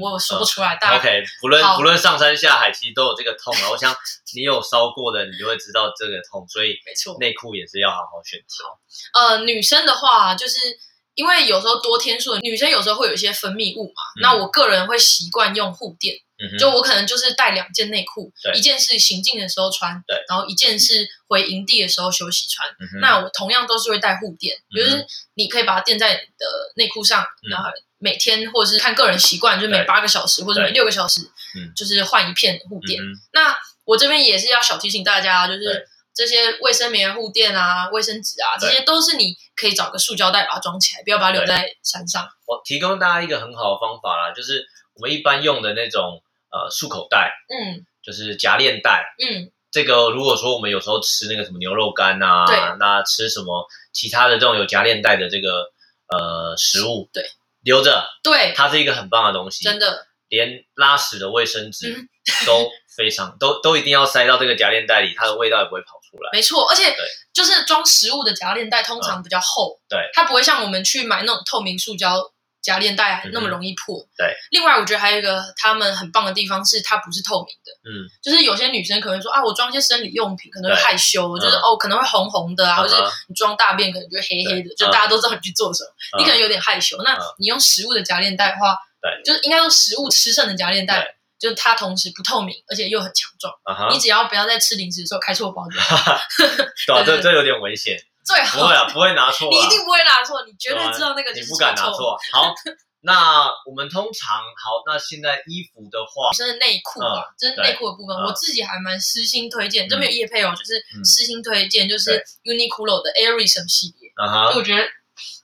Speaker 3: 我说不出来，
Speaker 2: 而且
Speaker 3: 大家
Speaker 2: OK，不论
Speaker 3: 好
Speaker 2: 不论上山下海，其实都有这个痛。然后像你有烧过的，你就会知道这个痛，所以
Speaker 3: 没错。
Speaker 2: 内裤也是要好好选择。
Speaker 3: 呃，女生的话，就是因为有时候多天数，女生有时候会有一些分泌物嘛。那我个人会习惯用护垫，
Speaker 2: 嗯哼，
Speaker 3: 就我可能就是带两件内裤，
Speaker 2: 对
Speaker 3: 一件是行进的时候穿，
Speaker 2: 对
Speaker 3: 然后一件是回营地的时候休息穿。
Speaker 2: 嗯哼
Speaker 3: 那我同样都是会带护垫，就是你可以把它垫在你的内裤上，
Speaker 2: 嗯
Speaker 3: 然后每天或者是看个人习惯，就是每
Speaker 2: 对
Speaker 3: 八个小时或者每
Speaker 2: 对
Speaker 3: 六个小时
Speaker 2: 嗯，
Speaker 3: 就是换一片护垫。
Speaker 2: 嗯哼
Speaker 3: 那我这边也是要小提醒大家，就
Speaker 2: 对
Speaker 3: 是这些卫生棉、护垫啊、卫生纸啊，这
Speaker 2: 对
Speaker 3: 些都是你可以找个塑胶袋把它装起来，不要把它留在山上。
Speaker 2: 我提供大家一个很好的方法啦，就是我们一般用的那种呃束口袋，
Speaker 3: 嗯
Speaker 2: 就是夹链袋。
Speaker 3: 嗯，
Speaker 2: 这个如果说我们有时候吃那个什么牛肉干啊
Speaker 3: 对，
Speaker 2: 那吃什么其他的这种有夹链袋的这个呃食物，
Speaker 3: 对，
Speaker 2: 留着
Speaker 3: 对，
Speaker 2: 它是一个很棒的东西，
Speaker 3: 真的，
Speaker 2: 连拉屎的卫生纸
Speaker 3: 嗯
Speaker 2: 都非常、都都一定要塞到这个夹链袋里，它的味道也不会跑出来。
Speaker 3: 没错。而且
Speaker 2: 对嗯
Speaker 3: 就是装食物的夹链袋通常比较厚，
Speaker 2: 对，
Speaker 3: 它不会像我们去买那种透明塑胶。夹链袋啊
Speaker 2: 嗯哼
Speaker 3: 那么容易破。
Speaker 2: 对。
Speaker 3: 另外，我觉得还有一个他们很棒的地方是，它不是透明的。
Speaker 2: 嗯，
Speaker 3: (laughs) 就是有些女生可能说啊，我装一些生理用品可能会
Speaker 2: 对
Speaker 3: 害羞，就是、
Speaker 2: 嗯
Speaker 3: 哦可能会红红的啊，或者
Speaker 2: 嗯哼
Speaker 3: 你装大便可能就会黑黑的，
Speaker 2: 对
Speaker 3: 就大家都知道你去做什么，
Speaker 2: 嗯
Speaker 3: 你可能有点害羞。那
Speaker 2: 嗯
Speaker 3: 你用食物的夹链袋的话，
Speaker 2: 对，
Speaker 3: 就是应该用食物吃剩的夹链袋
Speaker 2: 对。
Speaker 3: 就是它同时不透明，而且又很强壮。
Speaker 2: 啊哈
Speaker 3: 你，只要不要在吃零食的时候开错包就好，
Speaker 2: (laughs) 对啊，
Speaker 3: 对
Speaker 2: 这这有点危险，
Speaker 3: 最
Speaker 2: 不
Speaker 3: 好
Speaker 2: 会啊，不会拿错
Speaker 3: 嗯你一
Speaker 2: 啊，
Speaker 3: 定不会拿错，你绝对
Speaker 2: 对啊
Speaker 3: 知道那个就
Speaker 2: 你
Speaker 3: 是
Speaker 2: 不敢拿
Speaker 3: 臭臭。
Speaker 2: 错啊。好，那我们通常好，那现在衣服的话
Speaker 3: 女，生的内裤啊，就是内裤的部分，
Speaker 2: 嗯
Speaker 3: 我自己还蛮私心推荐，
Speaker 2: 嗯
Speaker 3: 这没有叶配哦，就是
Speaker 2: 嗯
Speaker 3: 私心推荐，就是
Speaker 2: 对
Speaker 3: Uniqlo 的 Airism 系列。
Speaker 2: 啊
Speaker 3: 所以
Speaker 2: 哈，
Speaker 3: 我觉得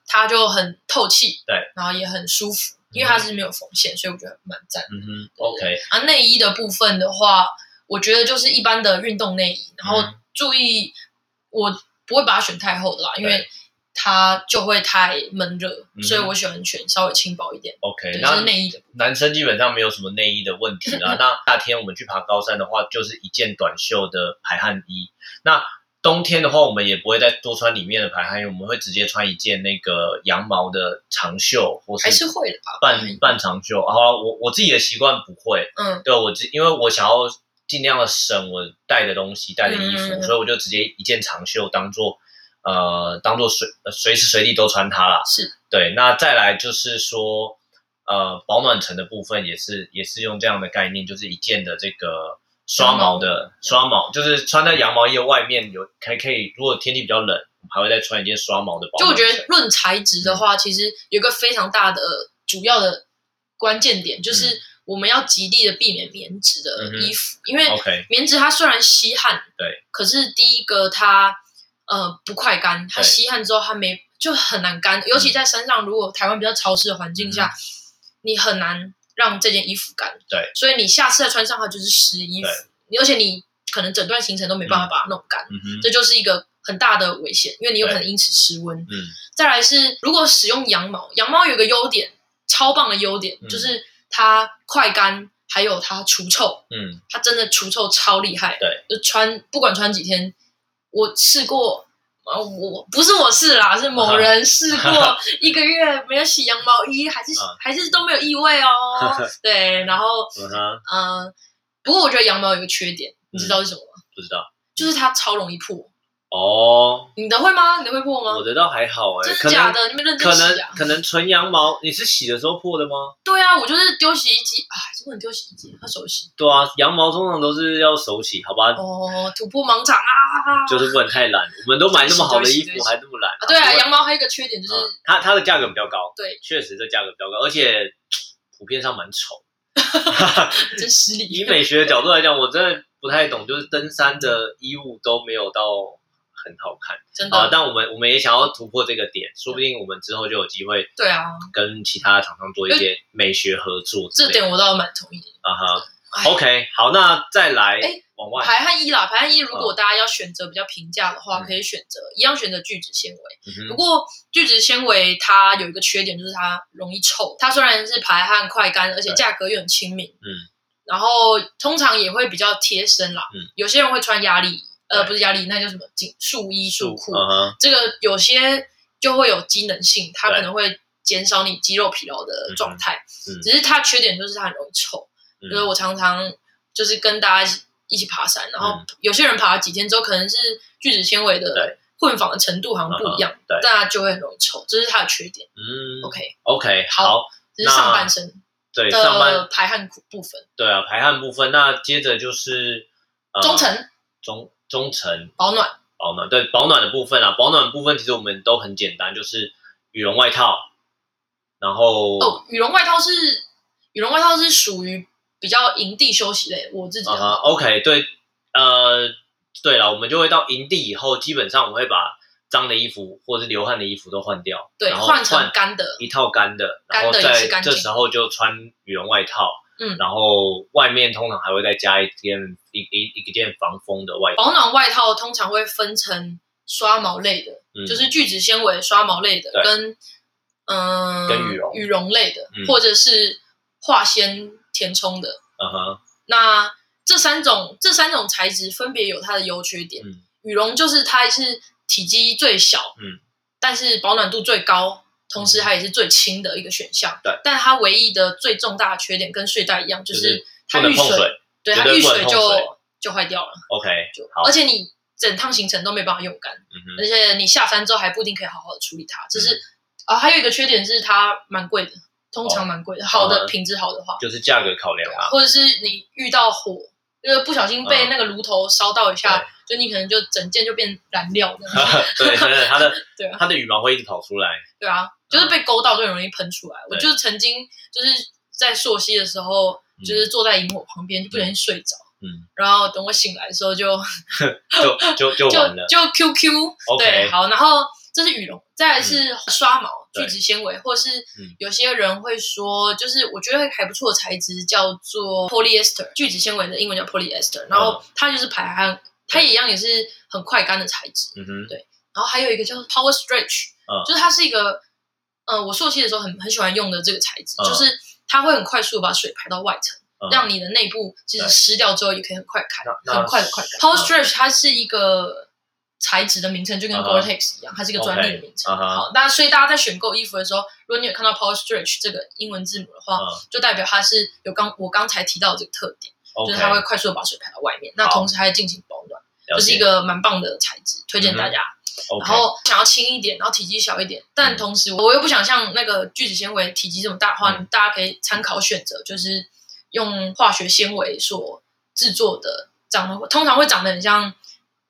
Speaker 3: 它就很透气，
Speaker 2: 对，
Speaker 3: 然后也很舒服，因为它是没有缝线，所以我觉得蛮赞。
Speaker 2: 嗯哼，OK，
Speaker 3: 啊，内衣的部分的话，我觉得就是一般的运动内衣，然后
Speaker 2: 嗯
Speaker 3: 注意、我不会把它选太厚的啦，因为它就会太闷热，
Speaker 2: 嗯
Speaker 3: 所以我喜欢选稍微轻薄一点，
Speaker 2: ，OK，
Speaker 3: 对，就
Speaker 2: 那
Speaker 3: 是内衣的。
Speaker 2: 男生基本上没有什么内衣的问题
Speaker 3: (laughs)
Speaker 2: 啦。那夏天我们去爬高山的话，就是一件短袖的排汗衣。那冬天的话，我们也不会再多穿里面的排汗衣，我们会直接穿一件那个羊毛的长袖，或
Speaker 3: 还是
Speaker 2: 是
Speaker 3: 会的吧，
Speaker 2: 半半长袖。然后我我自己的习惯不会，
Speaker 3: 嗯，
Speaker 2: 对我只因为我想要尽量的省我带的东西、带的衣服，
Speaker 3: 嗯
Speaker 2: 所以我就直接一件长袖当做呃当做随呃随时随地都穿它啦。
Speaker 3: 是
Speaker 2: 对，那再来就是说，呃，保暖层的部分也是也是用这样的概念，就是一件的这个刷毛的刷毛，就是穿在羊毛衣的外面有还可以，如果天气比较冷，我们还会再穿一件刷毛的保
Speaker 3: 就我
Speaker 2: 暖
Speaker 3: 觉
Speaker 2: 层。
Speaker 3: 得论材质
Speaker 2: 嗯
Speaker 3: 的话，其实有一个非常大的主要的关键点，就是我们要极力的避免棉质的
Speaker 2: 嗯哼
Speaker 3: 衣服，因为
Speaker 2: OK，
Speaker 3: 棉质它虽然吸汗，
Speaker 2: 对，
Speaker 3: 可是第一个它呃不快干，它
Speaker 2: 对嗯
Speaker 3: 吸汗之后它没就很难干，尤其在山上，如果台湾比较潮湿的环境下，你很难让这件衣服干，
Speaker 2: 对，
Speaker 3: 所以你下次再穿上它就是湿衣服，而且你可能整段行程都没办法把它弄干，
Speaker 2: 嗯哼，
Speaker 3: 这就是一个很大的危险，因为你有可
Speaker 2: 对
Speaker 3: 能因此失温。
Speaker 2: 嗯
Speaker 3: 再来是，如果使用羊毛，羊毛有个优点，超棒的优点、
Speaker 2: 嗯
Speaker 3: 就是它快干，还有它除臭。
Speaker 2: 嗯，
Speaker 3: 它真的除臭超厉害。
Speaker 2: 对，
Speaker 3: 就穿不管穿几天，我试过，啊，我不是我试啦，是某人试过一个月没有洗羊毛衣，还是、
Speaker 2: 啊
Speaker 3: 还是都没有异味
Speaker 2: (laughs)
Speaker 3: 哦。对，然后
Speaker 2: 嗯哼，
Speaker 3: 嗯、呃不过我觉得羊毛有个缺点，
Speaker 2: 嗯
Speaker 3: 你知道是什么吗？
Speaker 2: 不知道
Speaker 3: 就是它超容易破。
Speaker 2: 哦，
Speaker 3: 你的会吗？你的会破
Speaker 2: 我
Speaker 3: 吗？
Speaker 2: 的倒还好哎、
Speaker 3: 真
Speaker 2: 可
Speaker 3: 的假
Speaker 2: 能
Speaker 3: 的？你们认真
Speaker 2: 可能
Speaker 3: 洗啊？
Speaker 2: 可能纯羊毛，你是洗的时候破的吗？
Speaker 3: 对啊，我就是丢洗衣机，哎，真的很丢洗衣机，它手洗。
Speaker 2: 对啊，羊毛通常都是要手洗，好吧？
Speaker 3: 哦，突破盲场啊！
Speaker 2: 啊就是不能太懒，我们都买那么好的
Speaker 3: 对
Speaker 2: 衣
Speaker 3: 不起对不
Speaker 2: 服
Speaker 3: 起
Speaker 2: 还那么懒
Speaker 3: 啊，对啊，
Speaker 2: 不会
Speaker 3: 羊毛还有一个缺点就是
Speaker 2: 嗯，它它的价格比较高，
Speaker 3: 对，
Speaker 2: 确实这价格比较高，而且普遍上蛮丑。
Speaker 3: (laughs) 真失礼。
Speaker 2: 以美学的角度来讲，我真的不太懂，就是登山的衣物都没有到很好看
Speaker 3: 真的，
Speaker 2: 啊。但我们我们也想要突破这个点，说不定我们之后就有机会
Speaker 3: 对啊，
Speaker 2: 跟其他厂商做一些美学合作之
Speaker 3: 这
Speaker 2: 类的
Speaker 3: 点我倒蛮同意的。
Speaker 2: 啊哈。
Speaker 3: 哎
Speaker 2: OK，好，那再来
Speaker 3: 哎
Speaker 2: 往外，
Speaker 3: 排汗衣啦，排汗衣如果大家要选择比较平价的话，
Speaker 2: 嗯
Speaker 3: 可以选择一样选择聚酯纤维。
Speaker 2: 嗯
Speaker 3: 不
Speaker 2: 哼
Speaker 3: 过聚酯纤维它有一个缺点，就是它容易臭。它虽然是排汗快干，而且价格又很亲民。
Speaker 2: 嗯。
Speaker 3: 然后通常也会比较贴身啦。
Speaker 2: 嗯。
Speaker 3: 有些人会穿压力衣，呃，不是压力，那叫什么紧束衣束裤。
Speaker 2: 嗯哼，
Speaker 3: 这个有些就会有机能性，它
Speaker 2: 对
Speaker 3: 可能会减少你肌肉疲劳的状态。
Speaker 2: 嗯
Speaker 3: 只是它缺点就是它很容易臭，
Speaker 2: 嗯
Speaker 3: 就是呃我常常就是跟大家一起一起爬山，然后有些人爬了几天之后，可能是聚酯纤维的
Speaker 2: 嗯对嗯
Speaker 3: 混纺的程度好像不一样，
Speaker 2: 对，
Speaker 3: 但它就会很容易臭，这是它的缺点。
Speaker 2: 嗯
Speaker 3: OK，
Speaker 2: ，OK，
Speaker 3: 好
Speaker 2: 好，
Speaker 3: 这是上半身
Speaker 2: 对，上半
Speaker 3: 的排汗部分，
Speaker 2: 对啊，排汗部分，那接着就是、呃、
Speaker 3: 中层
Speaker 2: 中中层
Speaker 3: 保暖，
Speaker 2: 保暖，对保暖的部分啊，保暖的部分其实我们都很简单，就是羽绒外套，然后
Speaker 3: 哦，羽绒外套是羽绒外套是属于比较营地休息类，我自己的
Speaker 2: 啊哈
Speaker 3: 话、
Speaker 2: OK，对，呃，对了，我们就会到营地以后，基本上我们会把脏的衣服或是流汗的衣服都换掉，
Speaker 3: 对
Speaker 2: 然后
Speaker 3: 换成干的，
Speaker 2: 一套干的，然
Speaker 3: 干
Speaker 2: 后
Speaker 3: 的也是
Speaker 2: 在
Speaker 3: 干
Speaker 2: 这
Speaker 3: 净
Speaker 2: 时候就穿羽绒外套，
Speaker 3: 嗯
Speaker 2: 然后外面通常还会再加一件一一一件防风的外套，
Speaker 3: 保暖外套通常会分成刷毛类的，
Speaker 2: 嗯
Speaker 3: 哦就是聚酯纤维刷毛类的，
Speaker 2: 对
Speaker 3: 跟嗯、
Speaker 2: 跟羽绒
Speaker 3: 类的，
Speaker 2: 嗯
Speaker 3: 或者是化纤填充的。
Speaker 2: 嗯哼，
Speaker 3: 那这三种这三种材质分别有它的优缺点。
Speaker 2: 嗯
Speaker 3: 羽绒就是它是体积最小，
Speaker 2: 嗯，
Speaker 3: 但是保暖度最高，同时它也是最轻的一个选项。
Speaker 2: 对
Speaker 3: 但它唯一的最重大的缺点跟睡袋一样，就
Speaker 2: 就是
Speaker 3: 是它
Speaker 2: 不能
Speaker 3: 遇
Speaker 2: 碰水
Speaker 3: 对
Speaker 2: 绝
Speaker 3: 它
Speaker 2: 对
Speaker 3: 遇
Speaker 2: 不能
Speaker 3: 水
Speaker 2: 碰
Speaker 3: 就
Speaker 2: 水
Speaker 3: 就坏掉了。
Speaker 2: ，OK，
Speaker 3: 就
Speaker 2: 好
Speaker 3: 而且你整趟行程都没办法用干，
Speaker 2: 嗯哼。
Speaker 3: 而且你下山之后还不一定可以好好的处理它。就是啊、还有一个缺点是它蛮贵的，通常蛮贵的，好的、
Speaker 2: 嗯
Speaker 3: 品质好的话，
Speaker 2: 就是价格考量啊。
Speaker 3: 或者是你遇到火，就是不小心被
Speaker 2: 嗯
Speaker 3: 那个炉头烧到一下，就你可能就整件就变燃料的，
Speaker 2: 啊对，真的，它的
Speaker 3: (laughs) 对啊
Speaker 2: 它的羽毛会一直跑出来。
Speaker 3: 对啊，就是被勾到就很容易喷出来。我
Speaker 2: 嗯对
Speaker 3: 就是曾经就是在溯溪的时候，
Speaker 2: 嗯
Speaker 3: 就是坐在萤火旁边就不小心睡着。
Speaker 2: 嗯，
Speaker 3: 然后等我醒来的时候就，
Speaker 2: 就就就
Speaker 3: 就
Speaker 2: 完了。
Speaker 3: 就 QQ，
Speaker 2: OK 嗯
Speaker 3: 对，好，然后这是羽绒，再来是刷毛、
Speaker 2: 对
Speaker 3: 聚酯纤维，或是
Speaker 2: 嗯
Speaker 3: 有些人会说，就是我觉得还不错的材质叫做 polyester，聚酯纤维的英文叫 polyester，然
Speaker 2: 嗯
Speaker 3: 后它就是排汗，它也一样也是很快干的材质。
Speaker 2: 嗯哼，
Speaker 3: 然后还有一个叫做 power stretch，、
Speaker 2: 嗯
Speaker 3: 就是它是一个，呃，我硕期的时候很很喜欢用的这个材质，
Speaker 2: 嗯
Speaker 3: 就是它会很快速地把水排到外层。
Speaker 2: 嗯
Speaker 3: 让你的内部其实
Speaker 2: 对
Speaker 3: 湿掉之后也可以很快开，
Speaker 2: 那那
Speaker 3: 很快的快开。Power Stretch 它是一个材质的名称，就跟
Speaker 2: 嗯哼
Speaker 3: Gore-Tex 一样，它是一个专利的名称。
Speaker 2: OK，嗯哼
Speaker 3: 好，那所以大家在选购衣服的时候，如果你有看到 Power Stretch 这个英文字母的话，
Speaker 2: 嗯
Speaker 3: 就代表它是有刚我刚才提到的这个特点，就
Speaker 2: ，OK，
Speaker 3: 是它会快速的把水排到外面，那
Speaker 2: 好
Speaker 3: 同时还进行保暖，
Speaker 2: 了
Speaker 3: 这是
Speaker 2: 解嗯
Speaker 3: 一个蛮棒的材质，推荐大家。
Speaker 2: OK，
Speaker 3: 然后想要轻一点，然后体积小一点，但
Speaker 2: 嗯
Speaker 3: 同时我又不想像那个聚酯纤维体积这么大的话，
Speaker 2: 嗯
Speaker 3: 你大家可以参考选择，就是用化学纤维所制作的，长得通常会长得很像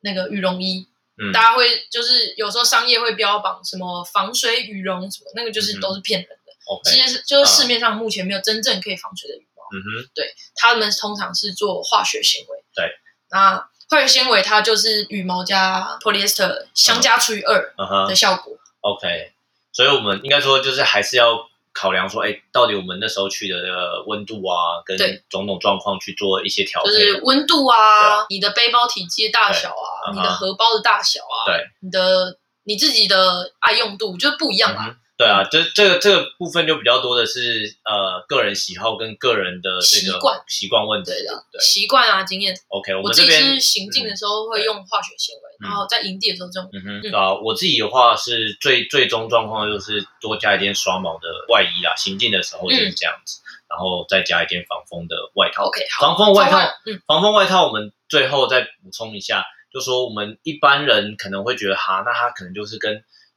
Speaker 3: 那个羽绒衣。
Speaker 2: 嗯
Speaker 3: 大家会就是有时候商业会标榜什么防水羽绒什么，那个就是
Speaker 2: 嗯哼
Speaker 3: 都是骗人的。
Speaker 2: OK，
Speaker 3: 其实就是
Speaker 2: 嗯
Speaker 3: 市面上目前没有真正可以防水的羽毛。
Speaker 2: 嗯哼，
Speaker 3: 他们通常是做化学纤维。
Speaker 2: 对，
Speaker 3: 那化学纤维它就是羽毛加 polyester 相加除以二
Speaker 2: 嗯
Speaker 3: 的
Speaker 2: 哼
Speaker 3: 效果。
Speaker 2: ，OK，所以我们应该说就是还是要考量说，哎，到底我们那时候去的呃温度啊，跟
Speaker 3: 对
Speaker 2: 种种状况去做一些调
Speaker 3: 就
Speaker 2: 配
Speaker 3: 是。温度
Speaker 2: 对
Speaker 3: 啊，你的背包体积的大小啊，
Speaker 2: 对嗯
Speaker 3: 你
Speaker 2: 哼
Speaker 3: 的荷包的大小啊，
Speaker 2: 对，
Speaker 3: 你的你自己的爱用度就是不一样
Speaker 2: 嗯
Speaker 3: 啦。
Speaker 2: 哼对啊，这这个这个部分就比较多的是呃个人喜好跟个人的这
Speaker 3: 习
Speaker 2: 个
Speaker 3: 惯
Speaker 2: 习惯问题。
Speaker 3: 对的，
Speaker 2: 对
Speaker 3: 习惯啊，经验。
Speaker 2: ，OK，我
Speaker 3: 我
Speaker 2: 们
Speaker 3: 自己
Speaker 2: 这边
Speaker 3: 是行进的时候会
Speaker 2: 对
Speaker 3: 用化学纤维，然
Speaker 2: 嗯
Speaker 3: 后在营地的时候这种
Speaker 2: 嗯
Speaker 3: 嗯
Speaker 2: 哼，啊，我自己的话是最最终状况就是多加一件刷毛的外衣啦，行进的时候
Speaker 3: 嗯
Speaker 2: 就是这样子，然后再加一件防风的外套。
Speaker 3: OK 好。
Speaker 2: 防风外套，
Speaker 3: 嗯，
Speaker 2: 防风外套，我们最后再补充一下，就说我们一般人可能会觉得哈，那它可能就是跟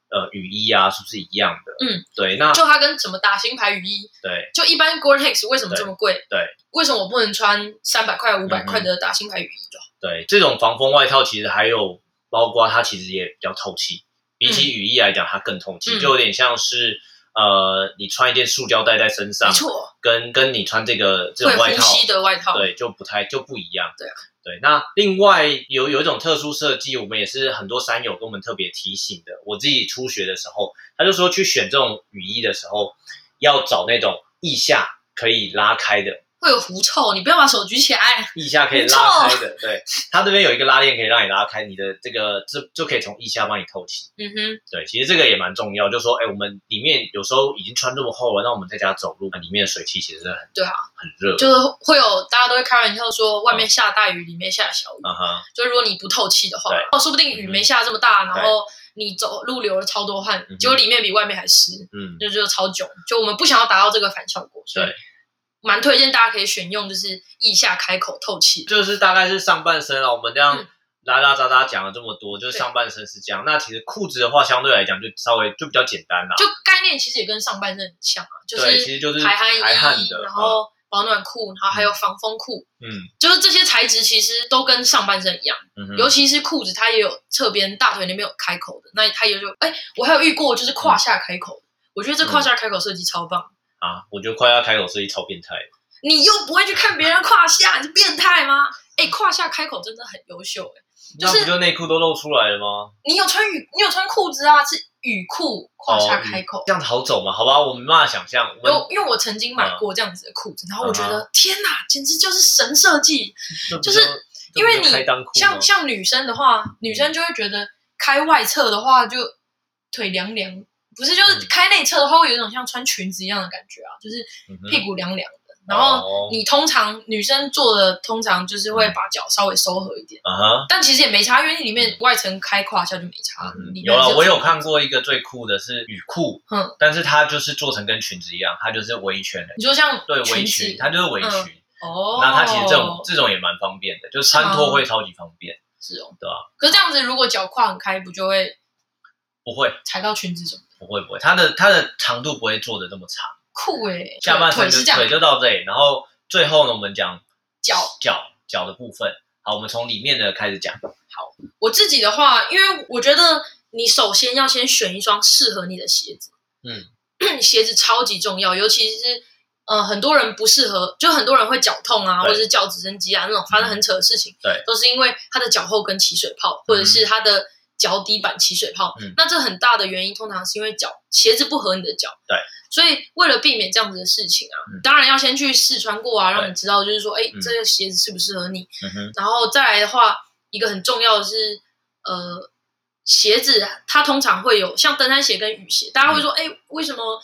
Speaker 2: 呃雨衣啊是不是一样的？
Speaker 3: 嗯，
Speaker 2: 对，那
Speaker 3: 就它跟什么打新牌雨衣，
Speaker 2: 对
Speaker 3: 就一般 Gore-Tex 为什么这么贵？
Speaker 2: 对嗯
Speaker 3: 为什么我不能穿三百块、五百块的打新牌雨衣就好？
Speaker 2: 对，这种防风外套其实还有包括它其实也比较透气，比起雨衣来讲，它更透气，
Speaker 3: 嗯
Speaker 2: 就有点像是呃你穿一件塑胶袋在身上
Speaker 3: 没。错，
Speaker 2: 跟跟你穿这个这
Speaker 3: 会
Speaker 2: 种外
Speaker 3: 呼
Speaker 2: 套，
Speaker 3: 吸的外套，
Speaker 2: 对，就不太就不一样。
Speaker 3: 对啊
Speaker 2: 对，那另外有有一种特殊设计，我们也是很多山友跟我们特别提醒的。我自己初学的时候，他就说去选这种雨衣的时候，要找那种腋下可以拉开的，
Speaker 3: 会会有狐臭，你不要把手举起来。
Speaker 2: 腋下可以拉开的，对，它这边有一个拉链可以让你拉开，你的这个这就可以从腋下帮你透气。
Speaker 3: 嗯哼，
Speaker 2: 对，其实这个也蛮重要，就是说，哎，我们里面有时候已经穿这么厚了，那我们在家走路，里面的水汽其实真的很
Speaker 3: 对啊，
Speaker 2: 很热。
Speaker 3: 就是会有大家都会开玩笑说，外面下大雨，里面下小雨。
Speaker 2: 啊哈，
Speaker 3: 就如果你不透气的话
Speaker 2: 对，嗯
Speaker 3: 哦，说不定雨没下这么大，
Speaker 2: 哼
Speaker 3: 然后你走路流了超多汗
Speaker 2: 嗯哼，
Speaker 3: 结果里面比外面还湿，
Speaker 2: 嗯，
Speaker 3: 就就超囧。就我们不想要达到这个反效果，所以
Speaker 2: 对
Speaker 3: 蛮推荐大家可以选用就是腋下开口透气的。
Speaker 2: 就是大概是上半身啊，我们这样
Speaker 3: 嗯
Speaker 2: 拉拉杂杂讲了这么多，就是
Speaker 3: 对
Speaker 2: 上半身是这样。那其实裤子的话，相对来讲就稍微就比较简单啦。
Speaker 3: 就概念其实也跟上半身很像啊，就
Speaker 2: 啊对，其
Speaker 3: 是
Speaker 2: 实就是
Speaker 3: 排汗
Speaker 2: 排汗
Speaker 3: 衣，
Speaker 2: 的，
Speaker 3: 然后保暖裤，然后还有防风裤，
Speaker 2: 嗯
Speaker 3: 就是这些材质其实都跟上半身一样，
Speaker 2: 嗯哼，
Speaker 3: 尤其是裤子，它也有侧边大腿那边有开口的，那它也就哎，我还有遇过就是胯下开口的，我觉得这胯下开口设计超棒。
Speaker 2: 啊，我觉得快要开口设计超变态。
Speaker 3: 你又不会去看别人胯下，你是变态吗？哎、胯下开口真的很优秀哎、就是
Speaker 2: 那不就内裤都露出来了吗？
Speaker 3: 你有穿雨，你有穿裤子啊，是雨裤胯下开口
Speaker 2: 哦。这样好走吗？好吧，我没办法想象。我
Speaker 3: 有
Speaker 2: 们，
Speaker 3: 因为我曾经买过这样子的裤子，然后我觉
Speaker 2: 嗯
Speaker 3: 得天哪，简直就是神设计。
Speaker 2: 这不
Speaker 3: 就是因为你
Speaker 2: 这不就开裆裤吗
Speaker 3: 像像女生的话，女生就会觉得开外侧的话就腿凉凉，不是就是
Speaker 2: 嗯
Speaker 3: 开内侧的话会有一种像穿裙子一样的感觉啊，就是
Speaker 2: 嗯哼
Speaker 3: 屁股凉凉的。然后
Speaker 2: 哦嗯
Speaker 3: 你通常女生做的通常就是会把脚稍微收合一点。
Speaker 2: 啊哈，
Speaker 3: 但其实也没差，因为你里面外层开胯下就没差。
Speaker 2: 嗯
Speaker 3: 里面
Speaker 2: 有了，
Speaker 3: 是
Speaker 2: 我有看过一个最酷的是雨裤，
Speaker 3: 嗯，
Speaker 2: 但是它就是做成跟裙子一样，它就是围裙的，
Speaker 3: 你说像
Speaker 2: 对，围
Speaker 3: 子
Speaker 2: 裙，它就是围裙。
Speaker 3: 哦，嗯
Speaker 2: 那它其实这种这种也蛮方便的，就是穿脱会超级方便，
Speaker 3: 是哦，
Speaker 2: 对吧？啊
Speaker 3: 可是这样子，如果脚胯很开，不就会
Speaker 2: 不会，
Speaker 3: 踩到裙子中？
Speaker 2: 不会，不会，它的它的长度不会做的这么长，
Speaker 3: 酷诶，
Speaker 2: 下半身
Speaker 3: 腿是
Speaker 2: 就
Speaker 3: 这样
Speaker 2: 腿，就到这里，然后最后呢，我们讲
Speaker 3: 脚。
Speaker 2: 脚脚的部分。好，我们从里面的开始讲。
Speaker 3: 我自己的话，因为我觉得你首先要先选一双适合你的鞋子。嗯， (clears throat) 鞋子超级重要，尤其是。呃，很多人不适合，就很多人会脚痛啊，或
Speaker 2: 对嗯
Speaker 3: 者是叫直升机啊那种，发生很扯的事情。
Speaker 2: 对，
Speaker 3: 都是因为他的脚后跟起水泡，或者是他的脚底板起水泡。
Speaker 2: 嗯
Speaker 3: 那这很大的原因通常是因为脚鞋子不合你的脚。
Speaker 2: 对，
Speaker 3: 所以为了避免这样子的事情啊，
Speaker 2: 嗯
Speaker 3: 当然要先去试穿过啊，让
Speaker 2: 对
Speaker 3: 你知道就是说，哎、
Speaker 2: 嗯
Speaker 3: 这个鞋子适不适合你。
Speaker 2: 嗯哼，
Speaker 3: 然后再来的话，一个很重要的是，呃，鞋子它通常会有像登山鞋跟雨鞋，大家会说，哎、
Speaker 2: 嗯
Speaker 3: 为什么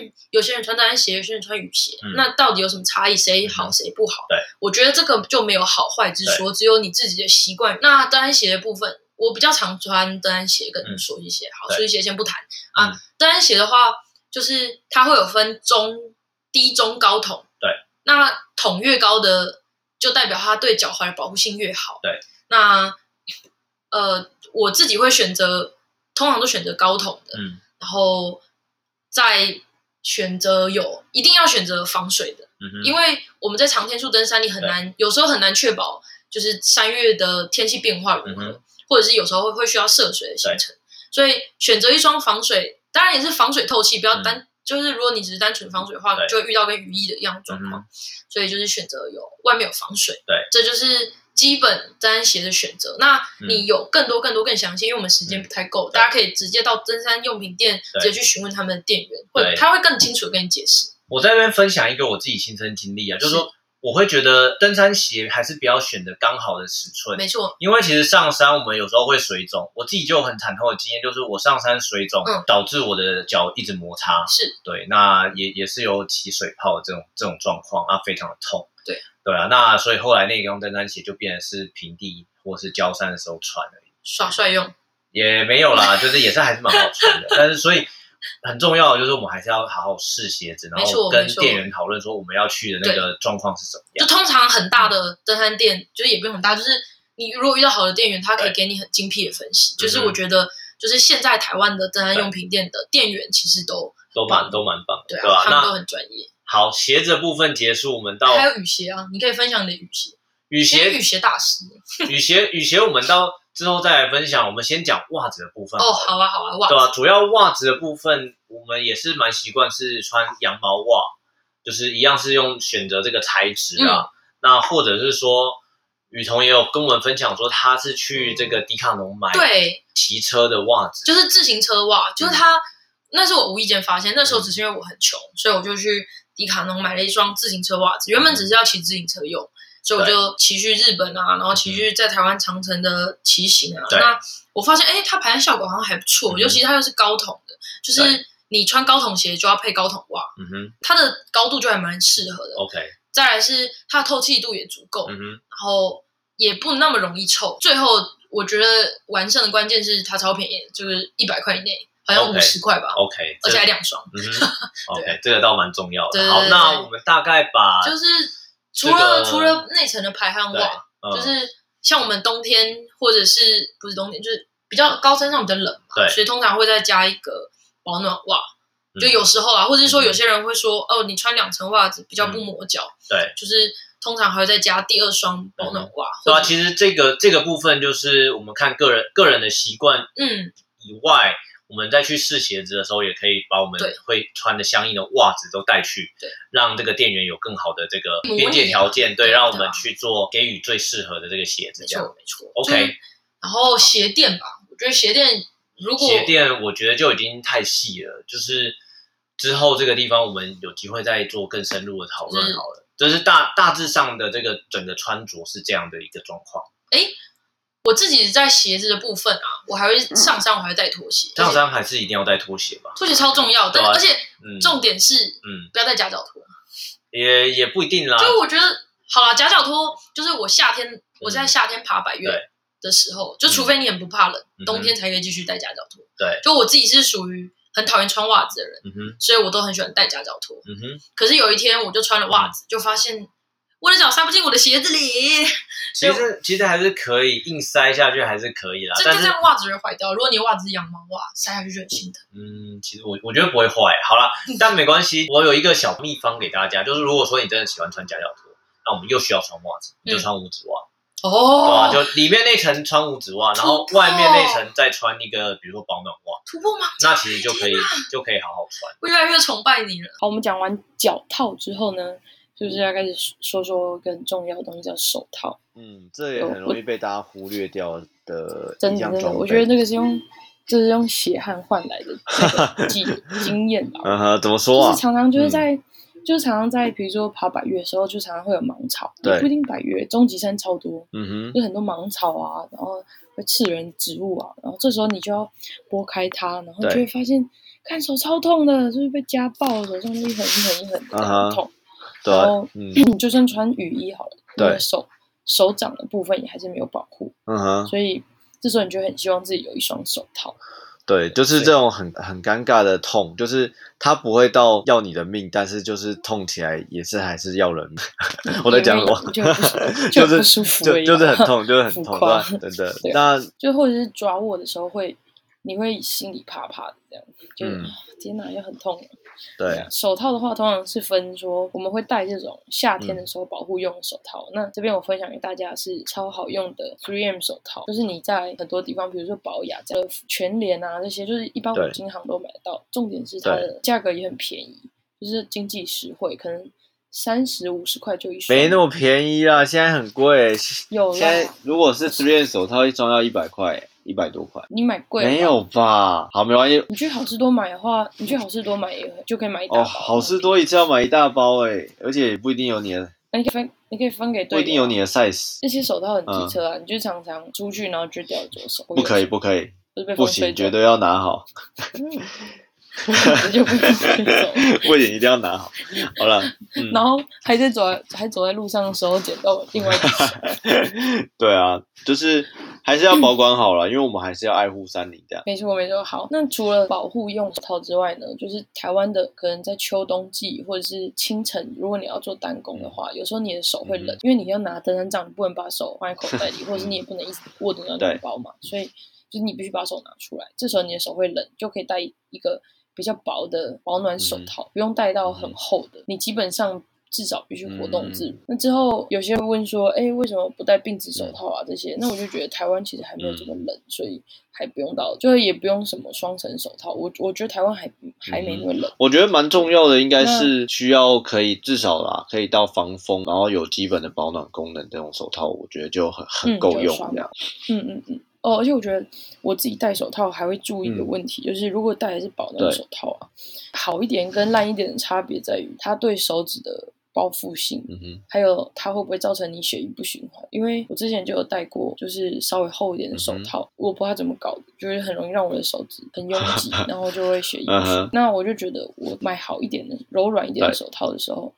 Speaker 3: (clears throat) 有些人穿登山鞋，有些人穿雨鞋？
Speaker 2: 嗯
Speaker 3: 那到底有什么差异？谁好谁不好？
Speaker 2: 对，
Speaker 3: 我觉得这个就没有好坏之说，只有你自己的习惯。那登山鞋的部分，我比较常穿登山鞋跟
Speaker 2: 嗯
Speaker 3: 溯溪鞋，好，
Speaker 2: 对
Speaker 3: 溯溪鞋先不谈
Speaker 2: 嗯
Speaker 3: 啊。登山鞋的话，就是它会有分中、低、中、高筒。
Speaker 2: 对，
Speaker 3: 那筒越高的，就代表它对脚踝的保护性越好。
Speaker 2: 对，
Speaker 3: 那呃，我自己会选择，通常都选择高筒的，
Speaker 2: 嗯
Speaker 3: 然后再选择有一定要选择防水的，
Speaker 2: 嗯哼，
Speaker 3: 因为我们在长天数登山，你很难有时候很难确保就是山岳的天气变化如何，
Speaker 2: 嗯
Speaker 3: 或者是有时候会会需要涉水的行程，所以选择一双防水，当然也是防水透气，不要单、就是如果你只是单纯防水的话，
Speaker 2: 嗯对嗯
Speaker 3: 就会遇到跟雨衣的一样的状况，所以就是选择有外面有防水，
Speaker 2: 对，
Speaker 3: 这就是。基本登山鞋的选择，那
Speaker 2: 嗯
Speaker 3: 你有更多更多更详细，因为我们时间不太够，大家可以直接到登山用品店
Speaker 2: 对
Speaker 3: 直接去询问他们的店员，会
Speaker 2: 对
Speaker 3: 他会更清楚地跟你解释。
Speaker 2: 我在这边分享一个我自己亲身经历啊，就是说我会觉得登山鞋还是比较选择刚好的尺寸，
Speaker 3: 没错，
Speaker 2: 因为其实上山我们有时候会水肿，我自己就有很惨痛的经验，就是我上山水肿、
Speaker 3: 嗯
Speaker 2: 导致我的脚一直摩擦，
Speaker 3: 是
Speaker 2: 对，那也也是有起水泡这种这种状况啊，非常的痛。
Speaker 3: 对
Speaker 2: 对啊，那所以后来那双登山鞋就变成是平地或是郊山的时候穿而已，
Speaker 3: 耍帅用。
Speaker 2: 也没有啦，就是也是还是蛮好穿的，但是所以。很重要的就是我们还是要好好试鞋子，然
Speaker 3: 没
Speaker 2: 后
Speaker 3: 错
Speaker 2: 跟
Speaker 3: 没错
Speaker 2: 店员讨论说我们要去的那个状况是怎么
Speaker 3: 就
Speaker 2: 样。
Speaker 3: 通常很大
Speaker 2: 嗯
Speaker 3: 的登山店，就是也不用很大，就是你如果遇到好的店员，他可以
Speaker 2: 对
Speaker 3: 给你很精辟的分析。就是
Speaker 2: 嗯哼
Speaker 3: 我觉得，就是现在台湾的登山
Speaker 2: 对
Speaker 3: 用品店的店员其实都
Speaker 2: 都蛮都蛮棒的，
Speaker 3: 对
Speaker 2: 对
Speaker 3: 啊，
Speaker 2: 吧、
Speaker 3: 他们都
Speaker 2: 那
Speaker 3: 很专业。
Speaker 2: 好，鞋子的部分结束，我们到
Speaker 3: 还有雨鞋啊，你可以分享你的雨鞋，因
Speaker 2: 雨
Speaker 3: 为
Speaker 2: 鞋嗯
Speaker 3: 雨鞋大师。
Speaker 2: 雨鞋雨鞋，我们到之后再来分享。我们先讲袜子的部分。
Speaker 3: 哦，好啊，好啊，
Speaker 2: 对
Speaker 3: 哇，
Speaker 2: 啊，主要袜子的部分，我们也是蛮习惯是穿羊毛袜，就是一样是用选择这个材质啊。
Speaker 3: 嗯
Speaker 2: 那或者是说，雨桐也有跟我们分享说，他是去这个迪卡侬买
Speaker 3: 对，
Speaker 2: 骑车的袜子。嗯
Speaker 3: 就是自行车袜，就是它。那是我无意间发现，那时候只是因为我很穷，所以我就去迪卡侬买了一双自行车袜子，
Speaker 2: 嗯
Speaker 3: 原本只是要骑自行车用，所以我就骑去日本啊，然后骑去在台湾长城的骑行啊。
Speaker 2: 嗯对
Speaker 3: 那我发现，哎，它排汗效果好像还不
Speaker 2: 嗯
Speaker 3: 错，
Speaker 2: 哼
Speaker 3: 尤其它又是高筒的，就是
Speaker 2: 对
Speaker 3: 你穿高筒鞋就要配高筒袜，
Speaker 2: 嗯哼
Speaker 3: 它的高度就还蛮适合的。
Speaker 2: ，OK，
Speaker 3: 再来是它的透气度也足够，
Speaker 2: 哦嗯哼，
Speaker 3: 然后也不那么容易臭。最后我觉得完胜的关键是它超便宜，就是一百块以内，好像五
Speaker 2: OK
Speaker 3: 十块吧
Speaker 2: OK，
Speaker 3: 而
Speaker 2: 这
Speaker 3: 且还两双。
Speaker 2: 嗯 (laughs) 哼，OK，这个倒蛮重要
Speaker 3: 对对
Speaker 2: 的。好，
Speaker 3: 对
Speaker 2: 那
Speaker 3: 对
Speaker 2: 我们大概把
Speaker 3: 就是除
Speaker 2: 这
Speaker 3: 了、
Speaker 2: 个
Speaker 3: 除了内层的排汗
Speaker 2: 对
Speaker 3: 袜，
Speaker 2: 嗯
Speaker 3: 就是像我们冬天或者是不是冬天，就是比较高山上比较冷嘛，
Speaker 2: 对
Speaker 3: 所以通常会再加一个保暖袜。
Speaker 2: 嗯嗯
Speaker 3: 就有时候啊，或者是说有些人会说，哦，你穿两层袜子比较不磨脚，
Speaker 2: 对
Speaker 3: 就是通常还会再加第二双保暖袜。
Speaker 2: 对啊，
Speaker 3: 或者
Speaker 2: 其实这个这个部分就是我们看个人个人的习惯
Speaker 3: 嗯，
Speaker 2: 以外，我们在去试鞋子的时候，也可以把我们
Speaker 3: 对
Speaker 2: 会穿的相应的袜子都带去
Speaker 3: 对，
Speaker 2: 让这个店员有更好的这个
Speaker 3: 模拟啊
Speaker 2: 边界条件，对，
Speaker 3: 对
Speaker 2: 让我
Speaker 3: 对
Speaker 2: 们
Speaker 3: 啊
Speaker 2: 去做给予最适合的这个鞋子
Speaker 3: 没
Speaker 2: 这样。
Speaker 3: 错没错。
Speaker 2: OK
Speaker 3: 就是然后鞋垫吧，我觉得鞋垫如果
Speaker 2: 鞋垫我觉得就已经太细了，就是之后这个地方我们有机会再做更深入的讨论
Speaker 3: 嗯
Speaker 2: 好了。就是大大致上的这个整个穿着是这样的一个状况。
Speaker 3: 我自己在鞋子的部分啊，我还会上山，我还会带拖鞋，
Speaker 2: 上山还是一定要带拖鞋吧？
Speaker 3: 拖鞋超重要，但、
Speaker 2: 啊对啊
Speaker 3: 而且
Speaker 2: 嗯，
Speaker 3: 重点是
Speaker 2: 嗯
Speaker 3: 不要带夹脚拖。
Speaker 2: 也也不一定啦。嗯
Speaker 3: 就我觉得，好了，夹脚拖就是我夏天我在夏天爬百
Speaker 2: 嗯对
Speaker 3: 越的时候，就除非你很不怕冷，
Speaker 2: 嗯哼
Speaker 3: 冬天才可以继续带夹脚拖。
Speaker 2: 对，
Speaker 3: 就我自己是属于很讨厌穿袜子的人，
Speaker 2: 嗯哼，
Speaker 3: 所以我都很喜欢带夹脚拖。
Speaker 2: 嗯哼，
Speaker 3: 可是有一天我就穿了袜子，就发现我的脚塞不进我的鞋子里，
Speaker 2: 其实其实还是可以硬塞下去，还是可以啦。
Speaker 3: 这
Speaker 2: 但
Speaker 3: 就这
Speaker 2: 是
Speaker 3: 样袜子就会坏掉。如果你的袜子是羊毛袜，塞下去就很心疼。
Speaker 2: 嗯，其实我我觉得不会坏。啊好啦，
Speaker 5: 嗯
Speaker 2: 但没关系，我有一个小秘方给大家，就是如果说你真的喜欢穿夹脚拖，那我们又需要穿袜子，你就
Speaker 3: 嗯
Speaker 2: 穿五指袜。对啊，
Speaker 3: 哦，
Speaker 2: 就里面那层穿五指袜，然后
Speaker 3: 突
Speaker 5: 哦
Speaker 3: 破
Speaker 2: 外面那层再穿一个，比如说保暖袜，
Speaker 3: 突破吗？
Speaker 2: 那其实就可以就可以好好穿。
Speaker 3: 我越来越崇拜你了。
Speaker 5: 好，我们讲完脚套之后呢，是不是要开始说说更重要的东西叫手套？
Speaker 6: 嗯，这也很容易被大家忽略掉的
Speaker 5: 真
Speaker 6: 一
Speaker 5: 的
Speaker 6: 项
Speaker 5: 真的，
Speaker 6: 装备。
Speaker 5: 我觉得那个是用就是用血汗换来的
Speaker 6: (laughs)
Speaker 5: 那个经经验吧。
Speaker 6: 嗯哼，怎么说
Speaker 5: 就
Speaker 6: 啊
Speaker 5: 是？常常就是在，就是常常在，比如说爬百越的时候，就常常会有芒草，
Speaker 6: 对
Speaker 5: 也不一定百越，终极山超多，
Speaker 6: 嗯哼，
Speaker 5: 就很多芒草啊，然后会刺人植物啊，然后这时候你就要拨开它，然后
Speaker 6: 对
Speaker 5: 就会发现，看手超痛的，就是被夹爆了，手上就一痕一痕一痕的
Speaker 6: 啊哈
Speaker 5: 很痛。
Speaker 6: 对啊
Speaker 5: 然后，
Speaker 6: 嗯
Speaker 5: (clears throat) 你就算穿雨衣好了，你的
Speaker 6: 对
Speaker 5: 手手掌的部分也还是没有保护，
Speaker 6: 嗯哼，
Speaker 5: 所以这时候你就很希望自己有一双手套。
Speaker 6: 对，就是这种很很尴尬的痛，就是它不会到要你的命，但是就是痛起来也是还是要人命。 (laughs) 我在讲我，
Speaker 5: 就很
Speaker 6: (laughs)
Speaker 5: 不舒
Speaker 6: 就
Speaker 5: 就很
Speaker 6: 是
Speaker 5: 不舒服而
Speaker 6: 就
Speaker 5: 已
Speaker 6: 就是很痛，就是很
Speaker 5: 浮
Speaker 6: 痛，对
Speaker 5: 夸
Speaker 6: 吧？真的
Speaker 5: 对。
Speaker 6: 那
Speaker 5: (laughs) 就或者是抓握的时候会，你会心里怕怕的这样，就、啊
Speaker 6: 嗯
Speaker 5: 天哪，也很痛。
Speaker 6: 对，
Speaker 5: 手套的话，通常是分说我们会戴这种夏天的时候保护用的手套。那这边我分享给大家是超好用的 3M 手套，就是你在很多地方，比如说宝雅、这样全联啊这些，就是一般
Speaker 6: 对
Speaker 5: 五金行都买得到。重点是它的价格也很便宜，就是经济实惠，可能三十五十块就一双。
Speaker 6: 没那么便宜啦，现在很贵。
Speaker 5: 有
Speaker 6: 现在
Speaker 5: 啦，
Speaker 6: 如果是 three 手套一装要一百块，一百多块。
Speaker 5: 你买贵了
Speaker 6: 没有吧？好，没关系。
Speaker 5: 你去好事多买的话，你去好事多买也很就可以买一大包
Speaker 6: 哦，好事，多一次要买一大包哎、而且也不一定有你的，
Speaker 5: 那你可以分，你可以分给队
Speaker 6: 不
Speaker 5: 友啊
Speaker 6: 一定有你的 size。
Speaker 5: 那些手套很机车啊，你就常常出去然后就掉左手，
Speaker 6: 嗯不可以，不可以，
Speaker 5: 就是被
Speaker 6: 不
Speaker 5: 风吹
Speaker 6: 行，
Speaker 5: 走
Speaker 6: 绝对要拿好，
Speaker 5: (laughs) 就被风吹走。 (laughs)
Speaker 6: (laughs) 不行，一定要拿好。好了，嗯
Speaker 5: 然后还在走在还走在路上的时候捡到另外一只手，
Speaker 6: (laughs) 对啊，就是还是要保管好了，因为我们还是要爱护山林这样。
Speaker 5: 没错没错。好，那除了保护用手套之外呢，就是台湾的可能在秋冬季或者是清晨，如果你要做单工
Speaker 6: 嗯
Speaker 5: 的话，有时候你的手会冷，因为你要拿登山杖，你不能把手放在口
Speaker 6: (laughs)
Speaker 5: 袋里，或者是你也不能一直握着那
Speaker 6: 对
Speaker 5: 个包嘛，所以就是你必须把手拿出来，这时候你的手会冷，就可以戴一个比较薄的保暖手
Speaker 6: 嗯
Speaker 5: 套，不用戴到很厚的，你基本上。至少必须活动
Speaker 6: 嗯
Speaker 5: 自如。那之后，有些人会问说：“哎、为什么不戴并指
Speaker 6: 嗯
Speaker 5: 手套啊？”这些，那我就觉得台湾其实还没有这么冷，所以还不用到，就是也不用什么双层手套。我我觉得台湾还
Speaker 2: 嗯
Speaker 5: 还没那么冷。
Speaker 6: 我觉得蛮重要的，应该是需要可以至少啦，可以到防风，然后有基本的保暖功能这种手套，我觉得就很很
Speaker 5: 嗯
Speaker 6: 够
Speaker 5: 就
Speaker 6: 用
Speaker 5: 爽
Speaker 6: 这样。
Speaker 5: 嗯嗯嗯。哦，而且我觉得我自己戴手套还会注意一个
Speaker 2: 嗯
Speaker 5: 问题，就是如果戴的是保暖
Speaker 2: 对
Speaker 5: 手套啊，好一点跟烂一点的差别在于它对手指的包覆性，
Speaker 2: 嗯哼，
Speaker 5: 还有它会不会造成你血液不循环？因为我之前就有戴过，就是稍微厚一点的手
Speaker 2: 嗯哼
Speaker 5: 套，我不知道它怎么搞的，就是很容易让我的手指很拥
Speaker 2: (laughs)
Speaker 5: 挤，然后就会血液不
Speaker 2: 嗯
Speaker 5: 循
Speaker 2: 哼
Speaker 5: 环。那我就觉得我买好一点的、柔软一点的手套的时候，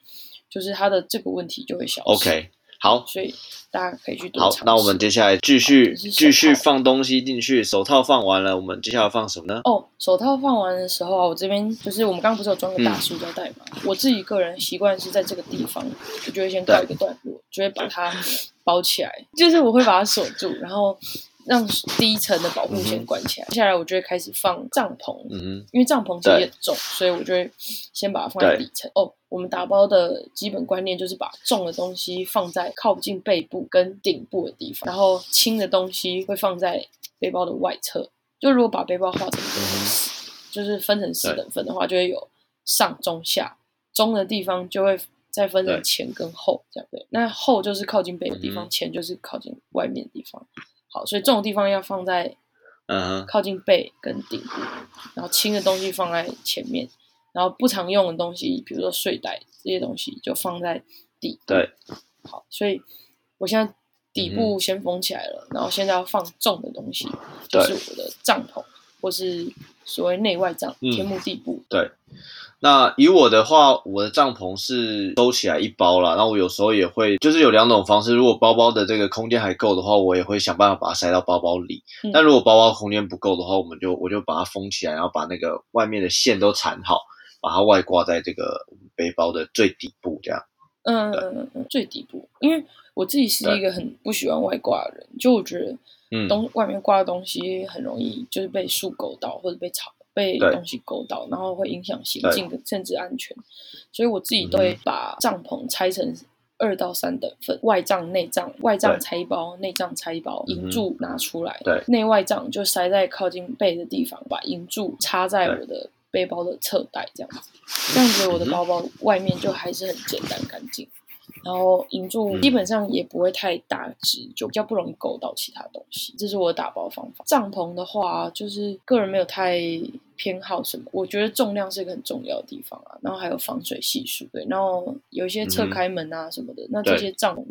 Speaker 5: 就是它的这个问题就会消失。
Speaker 2: ，OK，好，
Speaker 5: 所以大家可以去多
Speaker 2: 好
Speaker 5: 尝，试。
Speaker 2: 那我们接下来继续
Speaker 5: 好这是手套
Speaker 2: 继续放东西进去，手套放完了，我们接下来放什么呢？
Speaker 5: 哦，手套放完的时候啊，我这边就是我们刚刚不是有装个大
Speaker 2: 嗯
Speaker 5: 塑胶袋嘛？我自己个人习惯是在这个地方，我就会先告一个段落，就会把它包起来，就是我会把它锁住，然后让第一层的保护
Speaker 2: 嗯
Speaker 5: 先
Speaker 2: 哼
Speaker 5: 关起来。接下来我就会开始放帐篷，
Speaker 2: 嗯
Speaker 5: 因为帐篷其实
Speaker 2: 对
Speaker 5: 也很重，所以我就会先把它放在
Speaker 2: 对
Speaker 5: 底层。哦，我们打包的基本观念就是把重的东西放在靠近背部跟顶部的地方，然后轻的东西会放在背包的外侧。就如果把背包画成
Speaker 6: 嗯
Speaker 5: 就是分成四
Speaker 2: 对
Speaker 5: 等份的话，就会有上中下，中的地方就会再分
Speaker 2: 对
Speaker 5: 成前跟后这样对。那后就是靠近背的地
Speaker 2: 嗯
Speaker 5: 方，
Speaker 2: 哼
Speaker 5: 前就是靠近外面的地方。好，所以这种地方要放在
Speaker 2: 哼，嗯哼，
Speaker 5: 靠近背跟顶部，然后轻的东西放在前面，然后不常用的东西，比如说睡袋这些东西就放在底部。
Speaker 2: 对，嗯
Speaker 5: 好，所以我现在底部先封起来了，然后现在要放重的东西，就
Speaker 2: 对
Speaker 5: 是我的帐篷或是所谓内外帐、
Speaker 2: 嗯
Speaker 5: 天幕地布。
Speaker 2: 对。那以我的话，我的帐篷是收起来一包啦。那我有时候也会，就是有两种方式。如果包包的这个空间还够的话，我也会想办法把它塞到包包里。
Speaker 5: 嗯
Speaker 2: 但如果包包空间不够的话，我们就我就把它封起来，然后把那个外面的线都缠好，把它外挂在这个背包的最底部，这样。
Speaker 5: 嗯嗯嗯嗯，最底部，因为我自己是一个很不喜欢外挂的人，就我觉得
Speaker 2: 嗯
Speaker 5: 东外面挂的东西很容易就是被树勾到，或者被草被
Speaker 2: 对
Speaker 5: 东西勾到，然后会影响行
Speaker 2: 对
Speaker 5: 进甚至安全，所以我自己
Speaker 2: 嗯
Speaker 5: 都会把帐篷拆成。二到三等份，外帐、内帐，外
Speaker 2: 对
Speaker 5: 帐拆一包，内帐拆一包，
Speaker 2: 嗯哼
Speaker 5: 银柱拿出来，
Speaker 2: 对
Speaker 5: 内外帐就塞在靠近背的地方，把银柱插在
Speaker 2: 对
Speaker 5: 我的背包的侧带，这样子。这样子我的
Speaker 2: 嗯
Speaker 5: 包包外面就还是很简单干净，然后银柱
Speaker 2: 嗯
Speaker 5: 基本上也不会太大只，就比较不容易勾到其他东西。这是我的打包方法。帐篷的话，就是个人没有太偏好什么，我觉得重量是一个很重要的地方啊。然后还有防水系数，对，然后有一些侧
Speaker 2: 嗯哼
Speaker 5: 开门啊什么的，那
Speaker 2: 对
Speaker 5: 这些帐篷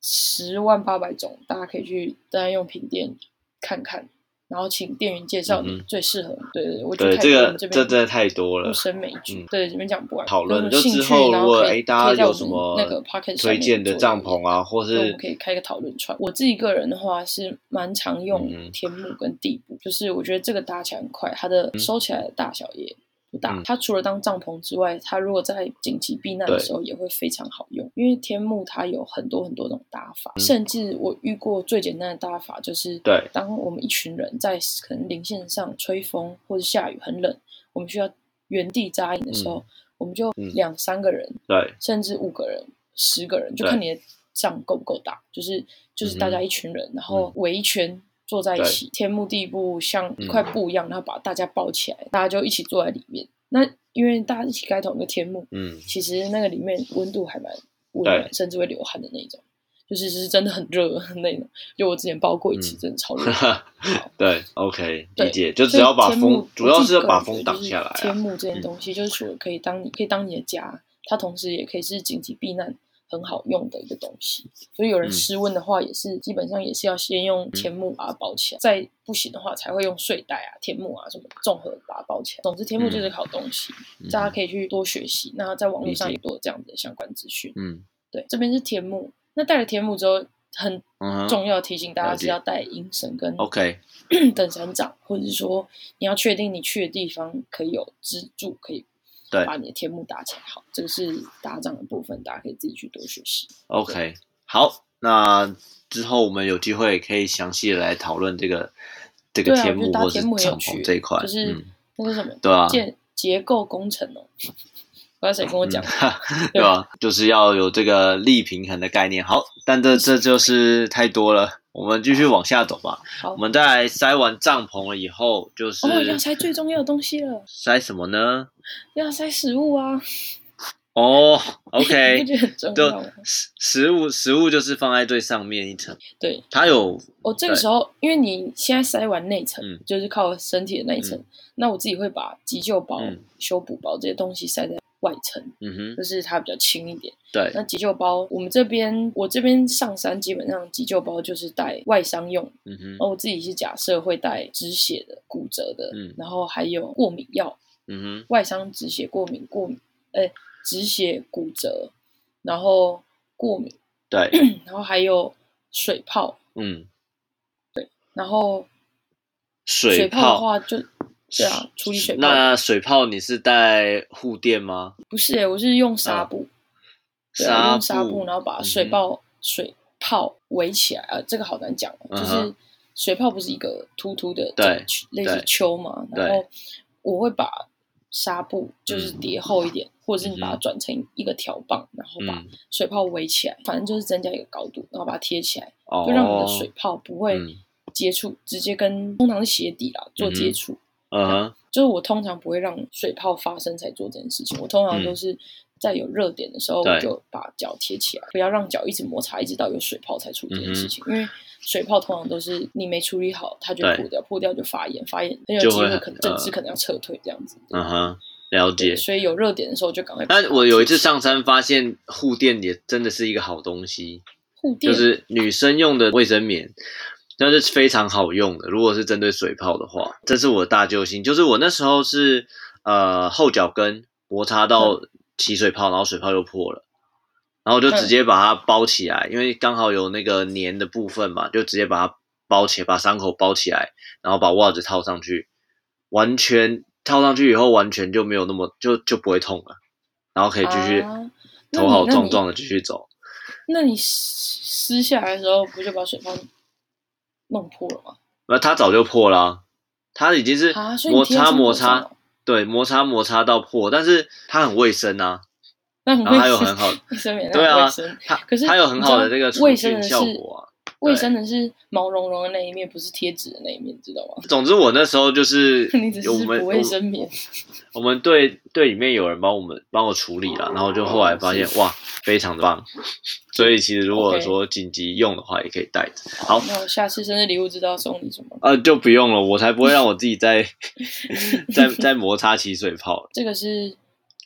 Speaker 5: 十万八百种，大家可以去单用品店看看。然后请店员介绍
Speaker 2: 嗯
Speaker 5: 你
Speaker 2: 哼
Speaker 5: 最适合，对对对，我觉得
Speaker 2: 对，
Speaker 5: 太
Speaker 2: 这
Speaker 5: 多
Speaker 2: 个
Speaker 5: 了我们这
Speaker 2: 这
Speaker 5: 边
Speaker 2: 真的太多了
Speaker 5: 不。胜枚举。
Speaker 2: 嗯
Speaker 5: 对，这边讲不完。
Speaker 2: 讨论
Speaker 5: 有
Speaker 2: 就
Speaker 5: 兴
Speaker 2: 之
Speaker 5: 趣
Speaker 2: 后，
Speaker 5: 然
Speaker 2: 如
Speaker 5: 后
Speaker 2: 果
Speaker 5: 可以
Speaker 2: 哎大
Speaker 5: 可以
Speaker 2: 家
Speaker 5: 在
Speaker 2: 有
Speaker 5: 我
Speaker 2: 什
Speaker 5: 们
Speaker 2: 么
Speaker 5: 那个 p o c k e t
Speaker 2: 推荐的帐篷啊，或
Speaker 5: 对，我
Speaker 2: 是
Speaker 5: 们可以开个讨论串。我自己个人的话是蛮常用
Speaker 2: 嗯哼
Speaker 5: 天幕跟地布，就是我觉得这个搭起来很快，它的收起来的大小也不大。
Speaker 2: 嗯
Speaker 5: 它除了当帐篷之外，它如果在紧急避难的
Speaker 2: 对
Speaker 5: 时候也会非常好用，因为天幕它有很多很多种搭法，甚至我遇过最简单的搭法就是，
Speaker 2: 嗯对
Speaker 5: 当我们一群人在可能零线上吹风或者下雨很冷，我们需要原地扎营的时候，我们就
Speaker 2: 嗯
Speaker 5: 两三个人
Speaker 2: 对
Speaker 5: 甚至五个人、十个人，就
Speaker 2: 对
Speaker 5: 看你的帐够不够大，就是就是大
Speaker 2: 嗯
Speaker 5: 家
Speaker 2: 哼
Speaker 5: 一群人，然后围一圈坐在一起，天幕地布像
Speaker 2: 嗯
Speaker 5: 一块布一样，然后把大家包起来，大家就一起坐在里面。那因为大家一起盖同一个天幕，
Speaker 2: 嗯
Speaker 5: 其实那个里面温度还蛮温暖
Speaker 2: 对，
Speaker 5: 甚至会流汗的那种，就是是真的很热 (laughs) 的那种。就我之前包过一次，
Speaker 2: 嗯
Speaker 5: 真的
Speaker 2: (laughs)
Speaker 5: 超热。好
Speaker 2: 对，OK，
Speaker 5: 对
Speaker 2: 理解，就只
Speaker 5: 所以
Speaker 2: 要把
Speaker 5: 天
Speaker 2: 风
Speaker 5: 幕，
Speaker 2: 主要是要把
Speaker 5: 我自
Speaker 2: 风
Speaker 5: 己个人
Speaker 2: 挡
Speaker 5: 觉得就是
Speaker 2: 下来
Speaker 5: 天
Speaker 2: 啊。
Speaker 5: 幕这件
Speaker 2: 嗯
Speaker 5: 东西，就是除了可以当你可以当你的家，它同时也可以是紧急避难很好用的一个东西。所以有人
Speaker 2: 嗯
Speaker 5: 失温的话，也是、基本上也是要先用天幕把它包起来，再不行的话才会用睡袋啊、天幕啊什么综合把它包起来。总之，天幕就是个好东西，
Speaker 2: 嗯
Speaker 5: 大家可以去多学习。那在网络上
Speaker 2: 理
Speaker 5: 也
Speaker 2: 解
Speaker 5: 多有这样的相关资讯。
Speaker 2: 嗯
Speaker 5: 对，这边是天幕。那带了天幕之后，很
Speaker 2: 嗯哼
Speaker 5: 重要的提醒大家
Speaker 2: 了
Speaker 5: 是
Speaker 2: 解
Speaker 5: 要带阴绳跟
Speaker 2: ，OK，
Speaker 5: (clears throat) 等船长，或者是说你要确定你去的地方可以有支柱，可以
Speaker 2: 对
Speaker 5: 把你的天幕搭起来好。这个是搭帐的部分，大家可以自己去多学习。
Speaker 2: OK，好，那之后我们有机会可以详细的来讨论这个这个
Speaker 5: 对啊，我
Speaker 2: 天
Speaker 5: 觉得
Speaker 2: 幕
Speaker 5: 搭
Speaker 2: 或是
Speaker 5: 天幕很有
Speaker 2: 帐
Speaker 5: 趣，
Speaker 2: 篷这一块，
Speaker 5: 就是、
Speaker 2: 嗯
Speaker 5: 那个什么
Speaker 2: 对啊
Speaker 5: 建结构工程哦，不知道谁跟我讲，
Speaker 2: 嗯对吧？就是要有这个力平衡的概念。好，但这这就是太多了，我们继续往下走吧。
Speaker 5: 好哦
Speaker 2: 我们在塞完帐篷了以后，就是
Speaker 5: 哦，要塞最重要的东西了，
Speaker 2: 塞什么呢？
Speaker 5: 要塞食物啊。
Speaker 2: 哦
Speaker 5: (laughs) 你
Speaker 2: ，OK，
Speaker 5: 不觉得很重要
Speaker 2: 就
Speaker 5: 吗？
Speaker 2: 食食物食物就是放在最上面一层，
Speaker 5: 对，
Speaker 2: 它有
Speaker 5: 我这个
Speaker 2: 对
Speaker 5: 时候，因为你现在塞完内层，
Speaker 2: 嗯
Speaker 5: 就是靠身体的那一层，那我自己会把急救包、
Speaker 2: 嗯
Speaker 5: 修补包这些东西塞在外层，
Speaker 2: 嗯哼，
Speaker 5: 就是它比较轻一点。
Speaker 2: 对，
Speaker 5: 那急救包，我们这边我这边上山基本上急救包就是带外伤用，
Speaker 2: 嗯
Speaker 5: 然
Speaker 2: 哼，
Speaker 5: 后我自己是假设会带止血的、骨折的，
Speaker 2: 嗯
Speaker 5: 然后还有过敏药，
Speaker 2: 嗯
Speaker 5: 外伤止血、过敏、过敏，呃，止血、骨折，然后过敏，
Speaker 2: 哼，
Speaker 5: (clears throat)
Speaker 2: 对，
Speaker 5: 然后还有水泡，
Speaker 2: 嗯，
Speaker 5: 然后
Speaker 2: 水
Speaker 5: 泡的
Speaker 2: 泡，
Speaker 5: 话就对啊，处理水泡
Speaker 2: 那水泡你是带护垫吗？
Speaker 5: 不是、欸，我是用纱布，对啊，用纱布，然后
Speaker 2: 嗯
Speaker 5: 把水泡、水泡围起来啊，这个好难讲哦、
Speaker 2: 嗯
Speaker 5: 就
Speaker 2: 哼
Speaker 5: 是水泡不是一个凸凸的，
Speaker 2: 对
Speaker 5: 就类似
Speaker 2: 对
Speaker 5: 丘嘛，
Speaker 2: 对
Speaker 5: 然后我会把纱布就是
Speaker 2: 嗯
Speaker 5: 叠厚一点，或者是你把
Speaker 2: 嗯
Speaker 5: 它
Speaker 2: 哼
Speaker 5: 转成一个条棒，然后把
Speaker 2: 嗯，
Speaker 5: 水泡围起来，反正就是增加一个高度，然后把它贴起来，
Speaker 2: 哦，
Speaker 5: 就让你的水，泡不会
Speaker 2: 嗯
Speaker 5: 接触，直接跟通常是鞋底啦做
Speaker 2: 嗯
Speaker 5: 接
Speaker 2: 哼
Speaker 5: 触。
Speaker 2: 嗯哼，
Speaker 5: 就是我通常不会让水泡发生才做这件事情，我通常都是在有热点的时
Speaker 2: 嗯
Speaker 5: 候，
Speaker 2: 对
Speaker 5: 我就把脚贴起来，不要让脚一直摩擦，一直到有水泡才处理这件
Speaker 2: 嗯
Speaker 5: 事情。因为水泡通常都是你没处理好，它就
Speaker 2: 对
Speaker 5: 破掉，破掉就发炎，发炎很有
Speaker 2: 就
Speaker 5: 机
Speaker 2: 会
Speaker 5: 会
Speaker 2: 很
Speaker 5: 可能整
Speaker 2: 呃
Speaker 5: 只可能要撤退这样子。
Speaker 2: 嗯哼，了
Speaker 5: 对
Speaker 2: 解。
Speaker 5: 所以有热点的时候就赶快把它贴起
Speaker 2: 但
Speaker 5: 来。
Speaker 2: 我有一次上山发现护垫也真的是一个好东西，
Speaker 5: 护
Speaker 2: 就
Speaker 5: 垫，
Speaker 2: 是女生用的卫生棉，那是非常好用的。如果是针对水泡的话，这是我的大救星。就是我那时候是呃后脚跟摩擦到
Speaker 5: 嗯
Speaker 2: 起水泡，然后水泡就破了，然后我就直接把它包起来，因为刚好有那个粘的部分嘛，就直接把它包起来，把伤口包起来，然后把袜子套上去，完全套上去以后，完全就没有那么就就不会痛了，然后可以继续
Speaker 5: 啊那
Speaker 2: 头
Speaker 5: 你
Speaker 2: 好
Speaker 5: 那
Speaker 2: 壮
Speaker 5: 你
Speaker 2: 壮的继续走。
Speaker 5: 那你撕撕下来的时候，不就把水泡弄破了吗？
Speaker 2: 那它早就破啦、它已经是
Speaker 5: 啊，所以你
Speaker 2: 摩
Speaker 5: 贴的
Speaker 2: 擦
Speaker 5: 是
Speaker 2: 摩
Speaker 5: 口罩
Speaker 2: 擦
Speaker 5: 哦，，
Speaker 2: 对，摩擦摩擦到破，但是它很卫生啊，
Speaker 5: 那很
Speaker 2: 然后它有
Speaker 5: 卫
Speaker 2: 很
Speaker 5: 生，
Speaker 2: 好，
Speaker 5: 卫生棉，那
Speaker 2: 对
Speaker 5: 很
Speaker 2: 啊
Speaker 5: 卫生，
Speaker 2: 它
Speaker 5: 可是
Speaker 2: 它有很好的
Speaker 5: 你知道
Speaker 2: 这个除
Speaker 5: 卫生的
Speaker 2: 菌效
Speaker 5: 是
Speaker 2: 果啊。
Speaker 5: 卫
Speaker 2: 对
Speaker 5: 生的是毛茸茸的那一面，不是贴纸的那一面，知道吗？ (laughs)
Speaker 2: 总之，我那时候就是
Speaker 5: 你只是
Speaker 2: 有我们
Speaker 5: 不卫生棉，
Speaker 2: 我们队队里面有人帮我们帮我处理了，然后就后
Speaker 5: 哦
Speaker 2: 来发现哇，非常的棒。所以其实如果
Speaker 5: OK
Speaker 2: 说紧急用的话，也可以带着。好，
Speaker 5: 那我下次生日礼物知道送你什么？
Speaker 2: 呃，就不用了，我才不会让我自己再
Speaker 5: (laughs)
Speaker 2: 再再摩擦起水泡。
Speaker 5: 这个是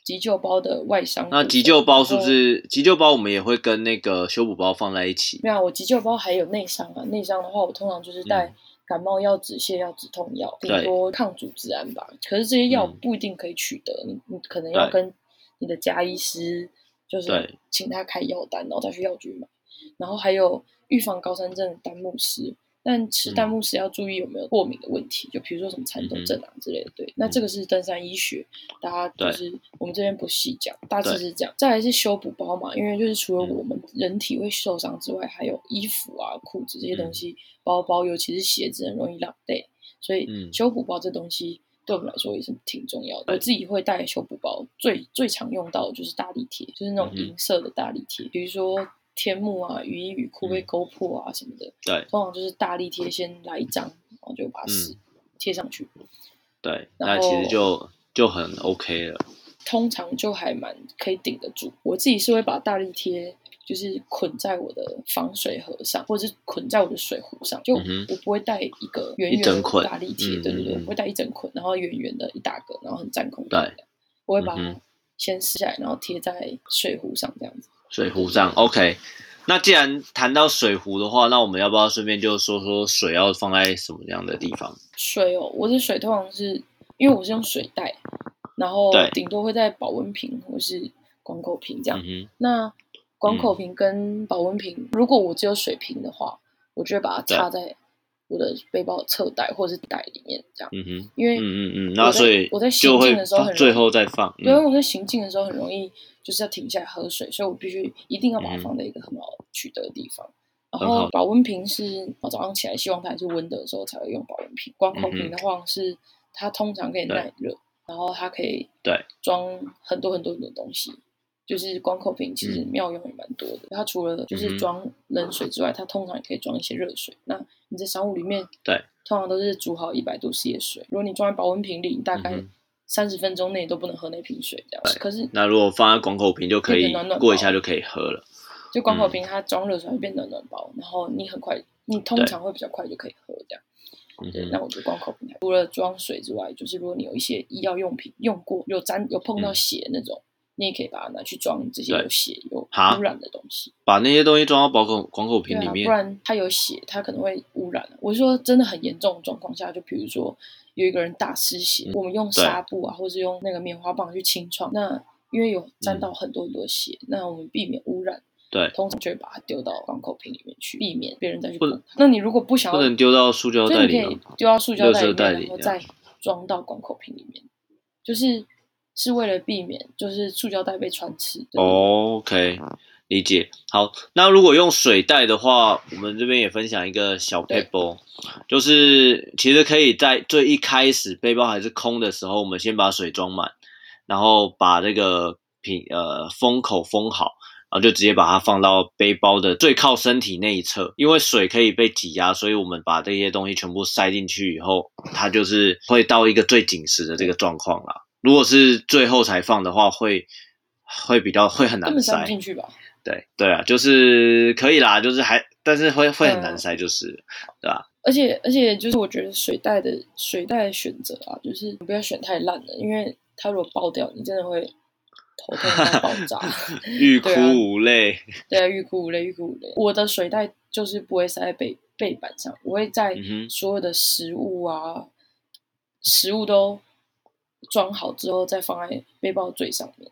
Speaker 5: 急救包的外伤部分。
Speaker 2: 那急救包是不
Speaker 5: 然后？
Speaker 2: 是急救包？我们也会跟那个修补包放在一起。
Speaker 5: 没有啊，我急救包还有内伤啊。内伤的话，我通常就是带
Speaker 2: 嗯
Speaker 5: 感冒药、止泻药、止痛药，顶
Speaker 2: 对
Speaker 5: 多抗组织胺吧。可是这些药
Speaker 2: 嗯
Speaker 5: 不一定可以取得，你你可能要
Speaker 2: 对
Speaker 5: 跟你的家医师，就是
Speaker 2: 对
Speaker 5: 请他开药单，然后再去药局买。然后还有预防高山症的丹木石，但吃
Speaker 2: 嗯
Speaker 5: 丹木石要注意有没有过敏的问题，就比如说什么蚕豆症啊之类的。对，
Speaker 2: 嗯
Speaker 5: 那这个是登山医学，大家就
Speaker 2: 对
Speaker 5: 是我们这边不细讲，大致
Speaker 2: 对
Speaker 5: 是这样。再来是修补包嘛，因为就是除了
Speaker 2: 嗯
Speaker 5: 我们人体会受伤之外，还有衣服啊、裤子这些东
Speaker 2: 嗯
Speaker 5: 西，包包尤其是鞋子很容易浪费，所以
Speaker 2: 嗯
Speaker 5: 修补包这东西。对我们来说也是挺重要的。我自己会带修补包，最最常用到的就是大力贴，就是那种
Speaker 2: 嗯哼
Speaker 5: 银色的大力贴，比如说天幕啊、雨衣、雨裤被
Speaker 2: 嗯
Speaker 5: 勾破啊什么的，
Speaker 2: 对嗯
Speaker 5: 通常就是大力贴先来一张，然后就把它撕贴上去，
Speaker 2: 对，
Speaker 5: 然
Speaker 2: 那
Speaker 5: 后
Speaker 2: 其实就就很 OK 了。
Speaker 5: 通常就还蛮可以顶得住。我自己是会把大力贴就是捆在我的防水盒上，或者是捆在我的水壶上，就
Speaker 2: 嗯哼
Speaker 5: 我不会带一个圆
Speaker 2: 一
Speaker 5: 圆
Speaker 2: 整
Speaker 5: 的
Speaker 2: 捆
Speaker 5: 大力贴，
Speaker 2: 嗯
Speaker 5: 对对对，
Speaker 2: 嗯嗯
Speaker 5: 我会带一整捆，然后圆圆的一大个，然后很占空间
Speaker 2: 对
Speaker 5: 的，我会把
Speaker 2: 嗯
Speaker 5: 它先撕下来，然后贴在水壶上这样子。
Speaker 2: 水壶上 OK。那既然谈到水壶的话，那我们要不要顺便就说说水要放在什么样的地方？
Speaker 5: 水哦，我的水通常是因为我是用水袋，然后
Speaker 2: 对
Speaker 5: 顶多会在保温瓶或是广口瓶这样。
Speaker 2: 嗯
Speaker 5: 那广口瓶跟保温瓶，如果我只有水瓶的话，我就会把它
Speaker 2: 对啊
Speaker 5: 插在我的背包的侧袋或者是袋里面这样
Speaker 2: 哼，，嗯哼，
Speaker 5: 因
Speaker 2: 嗯
Speaker 5: 为
Speaker 2: 嗯嗯。
Speaker 5: 我
Speaker 2: 那
Speaker 5: 在
Speaker 2: 所以
Speaker 5: 我在
Speaker 2: 就
Speaker 5: 行
Speaker 2: 会
Speaker 5: 进的时候很容易
Speaker 2: 最后再放。
Speaker 5: 对，因为
Speaker 2: 嗯
Speaker 5: 我在行进的时候很容易就是要停下来喝水，所以我必须一定要把它放在一个很好取得的地方。
Speaker 2: 嗯
Speaker 5: 然
Speaker 2: 很
Speaker 5: 后
Speaker 2: 好
Speaker 5: 保温瓶是我早上起来希望它还是温的的时候才会用保温瓶，光
Speaker 2: 嗯
Speaker 5: 口瓶的话是它通常可以耐热，然后它可以
Speaker 2: 对
Speaker 5: 装很多很多很多东西。就是光口瓶其实
Speaker 2: 嗯
Speaker 5: 妙用也蛮多的，它除了
Speaker 2: 嗯
Speaker 5: 就是
Speaker 2: 哼
Speaker 5: 装冷水之外，它通常也可以装一些热水。那你在商务里面，
Speaker 2: 对，
Speaker 5: 通常都是煮好一百度 C 的水。如果你装在保温瓶里，你大概
Speaker 2: 嗯
Speaker 5: 三十分钟内都不能喝那瓶水这样。可是
Speaker 2: 那如果放在广口瓶就可
Speaker 5: 变
Speaker 2: 以
Speaker 5: 成暖暖包
Speaker 2: 过一下就可以喝了。
Speaker 5: 就
Speaker 2: 嗯
Speaker 5: 光口瓶它装热水会变暖暖包，然后你很快，你通
Speaker 2: 对
Speaker 5: 常会比较快就可以喝这样。
Speaker 2: 嗯
Speaker 5: 对，
Speaker 2: 哼
Speaker 5: 那我觉得光口瓶除了装水之外，就是如果你有一些医药用品用过有沾有碰到
Speaker 2: 嗯
Speaker 5: 血那种，你也可以把它拿去装这些
Speaker 2: 对
Speaker 5: 有血有
Speaker 2: 哈
Speaker 5: 污染的东西。
Speaker 2: 把那些东西装到保口广口
Speaker 5: 对
Speaker 2: 瓶里
Speaker 5: 啊，
Speaker 2: 面
Speaker 5: 不，然它有血，它可能会污染。啊我是说真的很严重的状况下，就比如说有一个人大失血，我们用
Speaker 2: 嗯对
Speaker 5: 纱布啊，或是用那个棉花棒去清创，那因为有沾到很多很多血，那我们避免污染，
Speaker 2: 嗯对，
Speaker 5: 通常就会把它丢到港口瓶里面去，避免别人再去
Speaker 2: 不
Speaker 5: 碰它。那你如果不想
Speaker 2: 不
Speaker 5: 要，
Speaker 2: 能丢到塑胶
Speaker 5: 所
Speaker 2: 袋
Speaker 5: 以你
Speaker 2: 里
Speaker 5: 可以
Speaker 2: 面。
Speaker 5: 丢到塑胶袋
Speaker 2: 垃圾袋
Speaker 5: 里面，
Speaker 2: 里
Speaker 5: 然后
Speaker 2: 这
Speaker 5: 再
Speaker 2: 样
Speaker 5: 装到广口瓶里面，就是是为了避免就是塑胶袋被穿刺。对不对，
Speaker 2: 哦 OK，理解。好，那如果用水袋的话，我们这边也分享一个小
Speaker 5: 对
Speaker 2: paper，就是其实可以在最一开始背包还是空的时候，我们先把水装满，然后把那个瓶呃封口封好。然后就直接把它放到背包的最靠身体那一侧，因为水可以被挤压，所以我们把这些东西全部塞进去以后，它就是会到一个最紧实的这个状况啦。如果是最后才放的话，会会比较会很
Speaker 5: 根
Speaker 2: 难
Speaker 5: 本塞
Speaker 2: 塞
Speaker 5: 不。进去吧？
Speaker 2: 对对啊，就是可以啦，就是还但是会会很
Speaker 5: 嗯
Speaker 2: 难塞，就是、
Speaker 5: 而且而且就是我觉得水袋的水袋的选择啊，就是不要选太烂的，因为它如果爆掉，你真的会头痛到爆
Speaker 2: (laughs)
Speaker 5: 炸。
Speaker 2: 欲哭
Speaker 5: 对啊
Speaker 2: 无泪。
Speaker 5: 对啊，欲哭无泪，欲哭无泪。我的水袋就是不会塞在背背板上，我会在
Speaker 2: 嗯哼
Speaker 5: 所有的食物啊，食物都装好之后再放在背包最上面。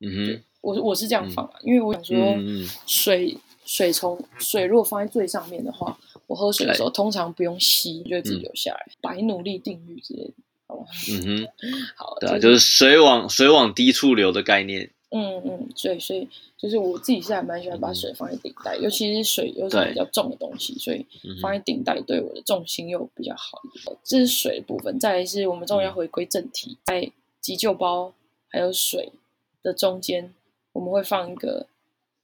Speaker 2: 嗯
Speaker 5: 我我是这样放啊，因为我想说
Speaker 2: 嗯嗯
Speaker 5: 水、水从水如果放在最上面的话，我喝水的时候通常不用吸，就会
Speaker 2: 嗯
Speaker 5: 自己流下来。白努力定律之类的，
Speaker 2: 哼嗯哼，
Speaker 5: 好，
Speaker 2: 对啊，就是水往水往低处流的概念。
Speaker 5: 嗯嗯，所以所以就是我自己是还蛮喜欢把水放在顶带，尤其是水又是
Speaker 2: 对
Speaker 5: 比较重的东西，所以
Speaker 2: 嗯
Speaker 5: 放
Speaker 2: 哼
Speaker 5: 在顶带对我的重心又比较好一点。这是水的部分，再来是我们终
Speaker 2: 嗯
Speaker 5: 于要回归正题，在急救包还有水的中间，我们会放一个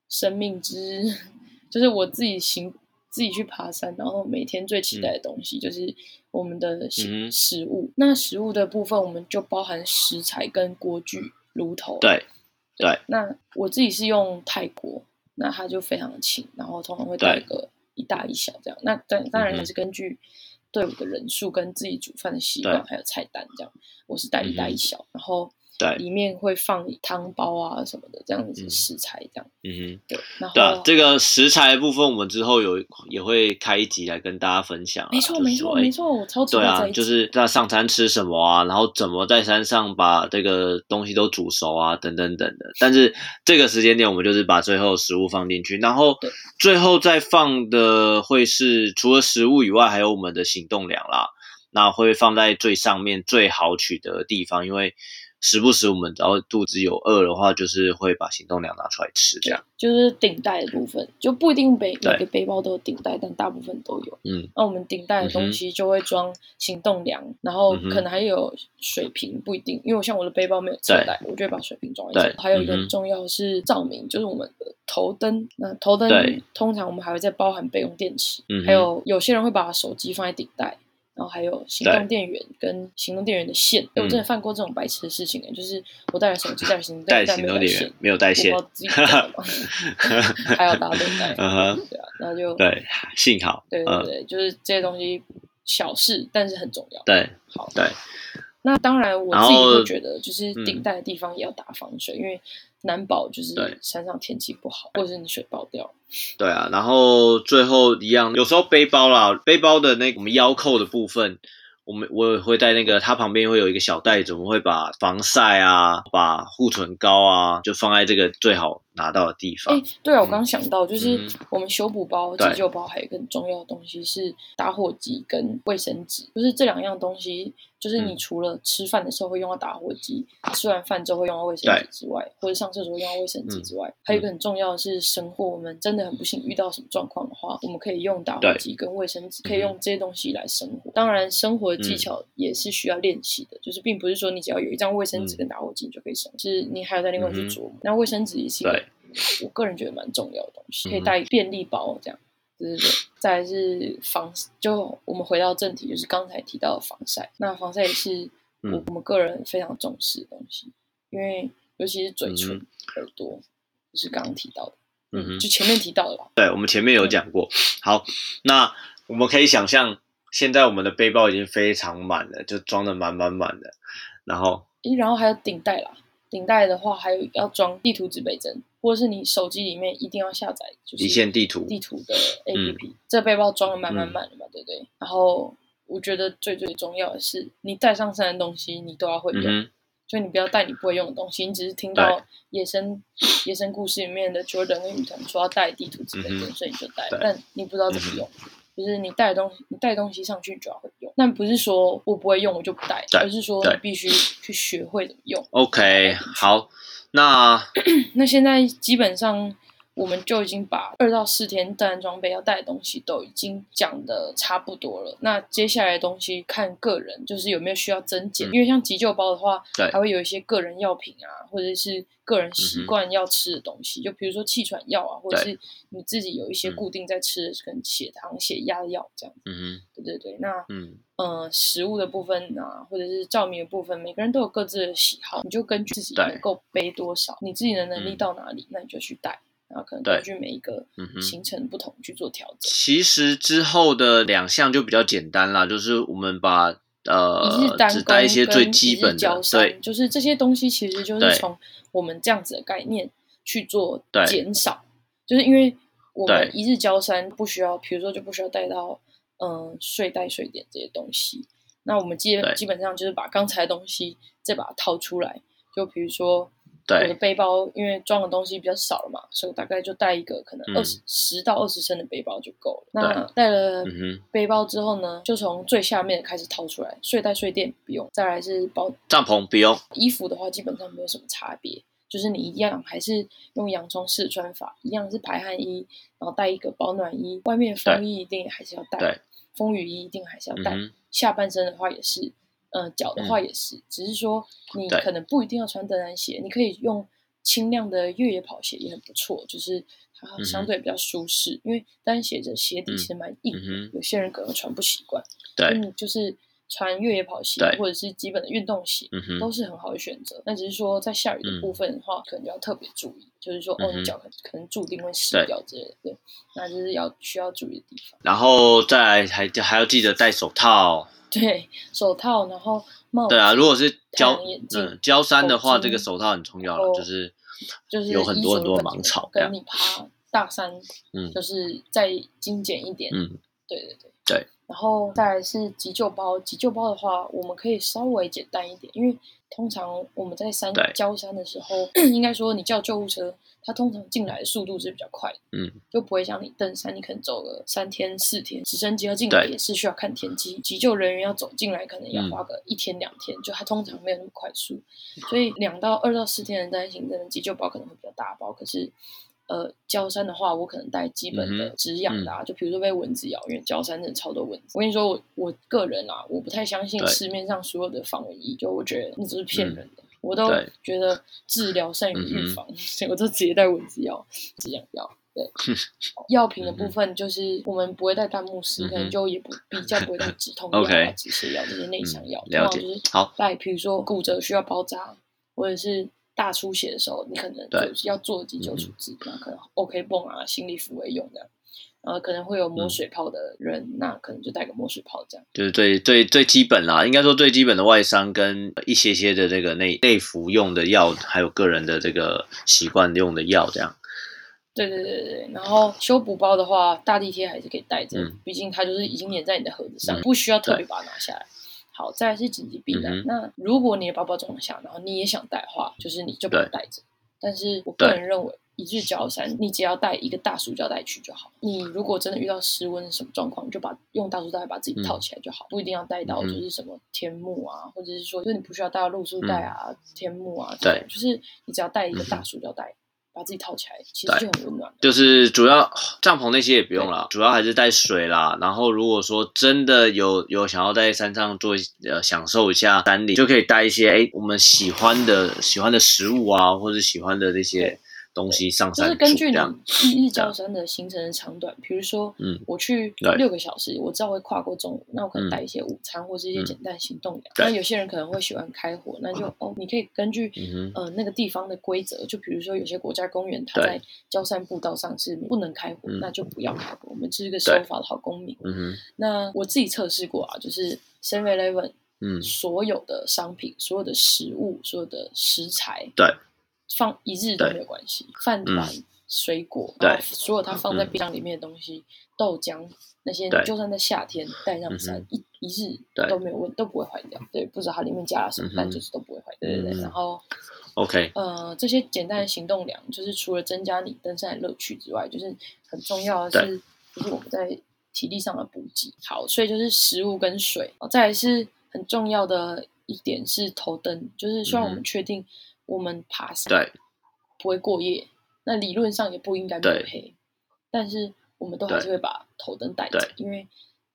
Speaker 5: 生命之， (laughs) 就是我自己行自己去爬山，然后每天最期待的东西就是我们的
Speaker 2: 嗯
Speaker 5: 食
Speaker 2: 哼
Speaker 5: 食物。那食物的部分，我们就包含食材跟锅具、炉头。
Speaker 2: 对，
Speaker 5: 那我自己是用泰国，那它就非常轻，然后通常会
Speaker 2: 对
Speaker 5: 带个一大一小这样。那当当然
Speaker 2: 嗯哼
Speaker 5: 还是根据队伍的人数跟自己煮饭的习惯，
Speaker 2: 对嗯
Speaker 5: 还有菜单这样。我是带一大一小，然后
Speaker 2: 对
Speaker 5: 里面会放汤包啊什么的这样子
Speaker 2: 嗯
Speaker 5: 食材这样。
Speaker 2: 嗯哼。
Speaker 5: 对，然后
Speaker 2: 对啊，这个食材的部分，我们之后有也会开一集来跟大家分享啊。
Speaker 5: 没错
Speaker 2: 就是
Speaker 5: 没错
Speaker 2: 说哎
Speaker 5: 没错，我超级
Speaker 2: 对
Speaker 5: 在
Speaker 2: 啊，
Speaker 5: 意
Speaker 2: 就是在上山吃什么啊，然后怎么在山上把这个东西都煮熟啊，等等等的。但是这个时间点，我们就是把最后食物放进去，然后
Speaker 5: 对
Speaker 2: 最后再放的会是除了食物以外，还有我们的行动粮啦。那会放在最上面最好取得的地方，因为时不时我们只要肚子有饿的话，就是会把行动粮拿出来吃这样。
Speaker 5: 就是顶带的部分，就不一定每
Speaker 2: 对
Speaker 5: 每个背包都有顶带，但大部分都有。
Speaker 2: 嗯，
Speaker 5: 那我们顶带的东西就会装行动粮，然后
Speaker 2: 嗯哼
Speaker 5: 可能还有水瓶，不一定，因为我像我的背包没有侧带，我就会把水瓶装在
Speaker 2: 对
Speaker 5: 这。还有一个
Speaker 2: 嗯
Speaker 5: 很
Speaker 2: 哼
Speaker 5: 重要的是照明，就是我们的头灯。那头灯
Speaker 2: 对
Speaker 5: 通常我们还会再包含备用电池，
Speaker 2: 嗯哼
Speaker 5: 还有有些人会把手机放在顶带。然后还有行
Speaker 2: 对嗯
Speaker 5: 动电源跟行动电源的线，哎，我真的犯过这种白痴的事情哎，就是我带了手机，带了行动
Speaker 2: 带
Speaker 5: 电
Speaker 2: 行
Speaker 5: 源，但没有
Speaker 2: 动
Speaker 5: 带
Speaker 2: 电
Speaker 5: 线
Speaker 2: 源，没有带线
Speaker 5: 我，不知道自己带了吗还要打领带，
Speaker 2: (laughs) 嗯哼
Speaker 5: 对啊，那就
Speaker 2: 对，幸好，
Speaker 5: 对对
Speaker 2: 嗯，
Speaker 5: 对，就是这些东西小事，但是很重要。
Speaker 2: 对
Speaker 5: 好，
Speaker 2: 对，
Speaker 5: 那当然我
Speaker 2: 然
Speaker 5: 自己
Speaker 2: 后
Speaker 5: 会觉得，
Speaker 2: 哦
Speaker 5: 就是
Speaker 2: 嗯
Speaker 5: 顶带的地方也要打防水，因为难保就是
Speaker 2: 对
Speaker 5: 山上天气不好，或者是你水爆掉。
Speaker 2: 对啊，然后最后一样，有时候背包啦，背包的那我们腰扣的部分，我们我也会在那个它旁边会有一个小袋子，我们会把防晒啊，把护唇膏啊，就放在这个最好拿到的地
Speaker 5: 哎、
Speaker 2: 方。
Speaker 5: 对啊，我刚刚想到，就是
Speaker 2: 嗯哼
Speaker 5: 我们修补包、急
Speaker 2: 对
Speaker 5: 救包，还有一个很重要的东西是打火机跟卫生纸，就是这两样东西，就是你
Speaker 2: 嗯
Speaker 5: 除了吃饭的时候会用到打火机，吃完饭之后会用到卫生纸之外，或者上厕所会用到卫生纸
Speaker 2: 嗯
Speaker 5: 之外，还有一个很重要的是生活，我们真的很不幸遇到什么状况的话，我们可以用打火
Speaker 2: 对嗯
Speaker 5: 机跟卫生纸，可以用这些东西来生活。当然，生活技巧也是需要练习的，就是并不是说你只要有一张卫生纸
Speaker 2: 嗯
Speaker 5: 跟打火机你就可以生活，是你还要再另外去
Speaker 2: 嗯哼
Speaker 5: 琢磨。那卫生纸也是一个
Speaker 2: 对
Speaker 5: 我个人觉得蛮重要的东西，可以
Speaker 2: 嗯哼
Speaker 5: 带便利包这样。对对对，再来是防，就我们回到正题，就是刚才提到的防晒。那防晒也是
Speaker 2: 嗯
Speaker 5: 我我们个人非常重视的东西，因为尤其是嘴唇、
Speaker 2: 嗯
Speaker 5: 耳朵，就是刚刚提到的，
Speaker 2: 嗯哼
Speaker 5: 就前面提到的吧。
Speaker 2: 对，我们前面有讲过。好，那我们可以想象，现在我们的背包已经非常满了，就装的满满满的。然后，
Speaker 5: 咦，然后还有顶带啦，顶带的话还有要装地图指北针，或者是你手机里面一定要下载，就是
Speaker 2: 离线地图
Speaker 5: 地图的
Speaker 2: 嗯
Speaker 5: APP。这背包装的满满满的嘛，对不对？然后我觉得最最重要的是，你带上山的东西你都要会用。
Speaker 2: 嗯哼，
Speaker 5: 所以你不要带你不会用的东西。你只是听
Speaker 2: 对
Speaker 5: 到野生野生故事里面的 Jordan 跟雨桐说要带地图之类
Speaker 2: 嗯
Speaker 5: 的，
Speaker 2: 哼
Speaker 5: 所以你就带
Speaker 2: 对，嗯
Speaker 5: 但你不知道怎么用。就是你带的东西，你带东西上去你就要会用。但不是说我不会用我就不带，
Speaker 2: 对
Speaker 5: 而是说
Speaker 2: 对
Speaker 5: 你必须去学会怎么用。
Speaker 2: OK，好，那
Speaker 5: 那现在基本上我们就已经把二到四天登山装备要带的东西都已经讲的差不多了。那接下来的东西看个人，就是有没有需要增减，
Speaker 2: 嗯
Speaker 5: 因为像急救包的话，
Speaker 2: 对
Speaker 5: 还会有一些个人药品啊，或者是个人习惯要吃的东西，就比如说气喘药啊，或
Speaker 2: 嗯
Speaker 5: 者
Speaker 2: 对
Speaker 5: 是你自己有一些
Speaker 2: 嗯
Speaker 5: 固定在吃的，可能血糖、血压的药这样。
Speaker 2: 嗯
Speaker 5: 对对对，那
Speaker 2: 哼，嗯，
Speaker 5: 呃食物的部分啊，或者是照明的部分，每个人都有各自的喜好，你就根据自己
Speaker 2: 对
Speaker 5: 能够背多少，你自己的能力
Speaker 2: 嗯
Speaker 5: 到哪里，那你就去带，然后可能
Speaker 2: 对
Speaker 5: 根据每一个
Speaker 2: 嗯哼
Speaker 5: 行程不同去做调整。
Speaker 2: 其实之后的两项就比较简单啦，就是我们把
Speaker 5: 一日
Speaker 2: 呃
Speaker 5: 单
Speaker 2: 只
Speaker 5: 弓
Speaker 2: 带一些
Speaker 5: 跟
Speaker 2: 最基
Speaker 5: 日
Speaker 2: 本的
Speaker 5: 交，山
Speaker 2: 对，
Speaker 5: 就是这些东西其实就
Speaker 2: 对
Speaker 5: 是从我们这样子的概念去做
Speaker 2: 对
Speaker 5: 减少，就是因为我们
Speaker 2: 对
Speaker 5: 一日交山不需要，比如说就不需要带到嗯、呃睡袋、睡垫这些东西，那我们基
Speaker 2: 对
Speaker 5: 基本上就是把刚才的东西再把它掏出来，就比如说。
Speaker 2: 对
Speaker 5: 我的背包因为装的东西比较少了嘛，所以我大概就带一个可能
Speaker 2: 嗯
Speaker 5: 二十十到二十升的背包就够了。
Speaker 2: 对
Speaker 5: 那带
Speaker 2: 嗯
Speaker 5: 了
Speaker 2: 哼，
Speaker 5: 背包之后呢，就从最下面开始掏出来，睡袋、睡垫不用，再来是包
Speaker 2: 帐篷不用，
Speaker 5: 衣服的话，基本上没有什么差别，就是你一样还是用洋葱式穿法，一样是排汗衣，然后带一个保暖衣，外面风衣一定还是要
Speaker 2: 对
Speaker 5: 带，风雨衣一定还是要
Speaker 2: 嗯
Speaker 5: 带，
Speaker 2: 哼，嗯
Speaker 5: 下半身的话也是，呃，脚的话也是，只是说你
Speaker 2: 对
Speaker 5: 可能不一定要穿登山鞋，你可以用轻量的越野跑鞋也很不错，就是它
Speaker 2: 嗯哼
Speaker 5: 相对比较舒适，因为登山鞋的鞋底
Speaker 2: 嗯
Speaker 5: 其实蛮硬的，
Speaker 2: 嗯哼
Speaker 5: 有些人可能穿不习惯，
Speaker 2: 对，
Speaker 5: 嗯，就是穿越野跑鞋
Speaker 2: 对
Speaker 5: 或者是基本的运动鞋。
Speaker 2: 嗯哼，
Speaker 5: 都是很好的选择，那只是说在下雨的部分的话，可能就要特别注意，就是说哦，
Speaker 2: 嗯哼
Speaker 5: 你脚可能可能注定会湿
Speaker 2: 对
Speaker 5: 掉之类的，对，那就是要需要注意的地方。 (laughs)
Speaker 2: 然后再来还还要记得戴手套，
Speaker 5: 对，手套，然后帽子，
Speaker 2: 对啊，如果是
Speaker 5: 太
Speaker 2: 焦
Speaker 5: 阳眼镜
Speaker 2: 嗯焦山的话，
Speaker 5: 头巾
Speaker 2: 这个手套很重要
Speaker 5: 然
Speaker 2: 了，
Speaker 5: 后
Speaker 2: 就是
Speaker 5: 哦就是
Speaker 2: 有很多
Speaker 5: 衣
Speaker 2: 很
Speaker 5: 着
Speaker 2: 多
Speaker 5: 的
Speaker 2: 芒草这
Speaker 5: 跟
Speaker 2: 样，
Speaker 5: 你爬大山，
Speaker 2: 嗯
Speaker 5: 就是再精简一点，
Speaker 2: 嗯，
Speaker 5: 对对对
Speaker 2: 对。
Speaker 5: 然后再来是急救包，急救包的话，我们可以稍微简单一点，因为通常我们在山
Speaker 2: 对
Speaker 5: 交山的时候， (clears throat) 应该说你叫救护车，它通常进来的速度是比较快的，
Speaker 2: 嗯，
Speaker 5: 就不会像你登山，你可能走个三天四天，直升机要进来
Speaker 2: 对
Speaker 5: 也是需要看天气，急救人员要走进来可能要
Speaker 2: 嗯
Speaker 5: 花个一天两天，就它通常没有那么快速，所以两到二到四天的单行程急救包可能会比较大包，可是。呃，焦山的话，我可能带基本
Speaker 2: 嗯
Speaker 5: 的
Speaker 2: 哼
Speaker 5: 止痒的、啊，就比如说被蚊子咬，因为焦山真的超多蚊子。我跟你说，我我个人啊，我不太相信
Speaker 2: 对
Speaker 5: 市面上所有的防蚊衣，就我觉得那只是骗
Speaker 2: 嗯
Speaker 5: 人的。我都
Speaker 2: 对
Speaker 5: 觉得治疗善于
Speaker 2: 嗯
Speaker 5: 预
Speaker 2: 哼
Speaker 5: 防， (laughs) 所以我都直接带蚊子药、止痒药。
Speaker 2: (laughs)
Speaker 5: 对，药品的
Speaker 2: 嗯
Speaker 5: 部
Speaker 2: 哼
Speaker 5: 分就是我们不会带弹幕
Speaker 2: 嗯
Speaker 5: 师，
Speaker 2: 哼
Speaker 5: 可能就也不比较不会带止痛药啊
Speaker 2: OK、
Speaker 5: 止泻药这些内伤药
Speaker 2: 嗯，了解
Speaker 5: 通常就是
Speaker 2: 好
Speaker 5: 带，比如说骨折需要包扎，或者是大出血的时候，你可能
Speaker 2: 对嗯
Speaker 5: 就是要做急救处置，那可能 OK 泵啊、心理抚慰用的，然后可能会有抹
Speaker 2: 嗯
Speaker 5: 水泡的人，那可能就带个抹水泡这样。
Speaker 2: 就是最最最基本啦，应该说最基本的外伤跟一些些的这个内内服用的药，还有个人的这个习惯用的药，这样
Speaker 5: 对对对对，对，然后修补包的话，大地贴还是可以带着，
Speaker 2: 嗯
Speaker 5: 毕竟它就是已经粘在你的盒子上，
Speaker 2: 嗯
Speaker 5: 不需要特别把它拿下来。好，再来是紧急避难。
Speaker 2: 嗯哼
Speaker 5: 那如果你的包包装得下，然后你也想带的话，就是你就把它带着。但是我
Speaker 2: 对
Speaker 5: 个人认为，一日交山，你只要带一个大塑胶袋去就好。你如果真的遇到失温什么状况，你就把用大塑胶袋把自己套起来就好，不一定要带到
Speaker 2: 嗯
Speaker 5: 就
Speaker 2: 哼嗯
Speaker 5: 是什么天幕啊，或者是说，就是你不需要带到露宿带啊、天幕啊，
Speaker 2: 对
Speaker 5: 这种就是你只要带一个
Speaker 2: 嗯
Speaker 5: 大
Speaker 2: 哼
Speaker 5: 塑胶袋。把自己套起来，其实就很温暖。
Speaker 2: 就是主要帐篷那些也不用啦，主要还是带水啦。然后如果说真的有有想要在山上做一呃享受一下山里，就可以带一些哎我们喜欢的喜欢的食物啊，或者喜欢的那些东西上
Speaker 5: 就
Speaker 2: 山
Speaker 5: 是
Speaker 2: 煮
Speaker 5: 根据
Speaker 2: 这
Speaker 5: 你
Speaker 2: 样。
Speaker 5: 一日交山的行程的长短，比如说，
Speaker 2: 嗯
Speaker 5: 我去
Speaker 2: 对
Speaker 5: 六个小时，我知道会跨过中午，那我可能
Speaker 2: 嗯
Speaker 5: 带一些午餐或是一些
Speaker 2: 嗯
Speaker 5: 简单行动粮。
Speaker 2: 对
Speaker 5: 那有些人可能会喜欢开火，那就哦，你可以根据
Speaker 2: 嗯哼，
Speaker 5: 呃那个地方的规则，就比如说有些国家公园它
Speaker 2: 对
Speaker 5: 在交山步道上是不能开火，
Speaker 2: 嗯
Speaker 5: 那就不要开火，我们是个守
Speaker 2: 对
Speaker 5: 法的好公民。
Speaker 2: 嗯哼，
Speaker 5: 那我自己测试过啊，就是 Seven Eleven
Speaker 2: 嗯，
Speaker 5: 所有的商品、所有的食物、所有的食材，
Speaker 2: 对，
Speaker 5: 放一日都
Speaker 2: 对嗯
Speaker 5: 没有关系。饭团、水果，
Speaker 2: 对
Speaker 5: 然后所有它放在
Speaker 2: 嗯
Speaker 5: 冰箱里面的东西，豆浆那些，
Speaker 2: 对
Speaker 5: 就算在夏天带上
Speaker 2: 嗯
Speaker 5: 山一一日
Speaker 2: 对
Speaker 5: 都没有问，都不会坏掉。对，不知道它里面加了什么
Speaker 2: 嗯，哼
Speaker 5: 但就是都不会坏。对对
Speaker 2: 嗯
Speaker 5: 对。然后
Speaker 2: OK，
Speaker 5: 呃，这些简单的行动粮，就是除了增加你登山的乐趣之外，就是很重要的是，就是我们在体力上的补给。好，所以就是食物跟水，哦、再来是很重要的一点是头灯，就是希望我
Speaker 2: 嗯
Speaker 5: 们确定我们爬山
Speaker 2: 对
Speaker 5: 不会过夜，那理论上也不应该摸
Speaker 2: 对
Speaker 5: 黑，但是我们都还是会把头灯带着
Speaker 2: 对，
Speaker 5: 因为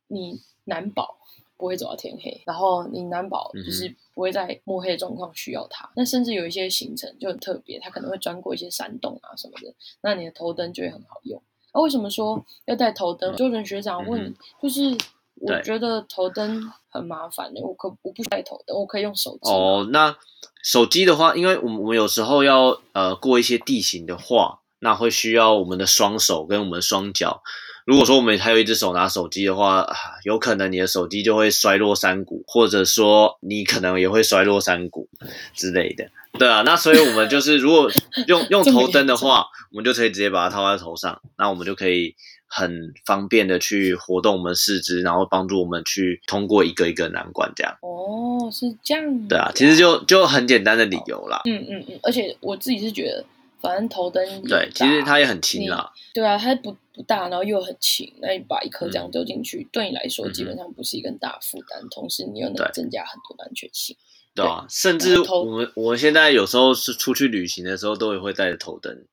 Speaker 5: 你难保不会走到天黑，然后你难保
Speaker 2: 嗯
Speaker 5: 就是不会在摸黑的状况需要它。那甚至有一些行程就很特别，它可能会钻过一些山洞啊什么的，那你的头灯就会很好用。那、为什么说要带头灯？周仁学长问，
Speaker 2: 嗯
Speaker 5: 就是我
Speaker 2: 对
Speaker 5: 觉得头灯很麻烦欸的，我可我不带头灯，我可以用手机。啊
Speaker 2: 哦，那手机的话，因为我们我们有时候要呃过一些地形的话，那会需要我们的双手跟我们的双脚。如果说我们还有一只手拿手机的话，啊有可能你的手机就会摔落山谷，或者说你可能也会摔落山
Speaker 5: (laughs)
Speaker 2: 谷之类的。对啊，那所以我们就是如果用用
Speaker 5: 这么
Speaker 2: 头灯的
Speaker 5: 严重
Speaker 2: 话，我们就可以直接把它套在头上，那我们就可以很方便的去活动我们四肢，然后帮助我们去通过一个一个难关这样。
Speaker 5: 哦，是这样子。
Speaker 2: 对啊，其实就就很简单的理由啦。
Speaker 5: 嗯嗯嗯，而且我自己是觉得，反正头灯也不
Speaker 2: 对，其
Speaker 5: 大
Speaker 2: 实它也很轻啦。
Speaker 5: 对啊，它不不大，然后又很轻，那你把一颗这样
Speaker 2: 嗯
Speaker 5: 丢进去，对你来说
Speaker 2: 嗯哼
Speaker 5: 基本上不是一个很大的负担，同时你又能
Speaker 2: 对
Speaker 5: 增加很多的安全性。
Speaker 2: 对啊，甚至
Speaker 5: 然后头
Speaker 2: 我们我现在有时候是出去旅行的时候，都也会带着头灯。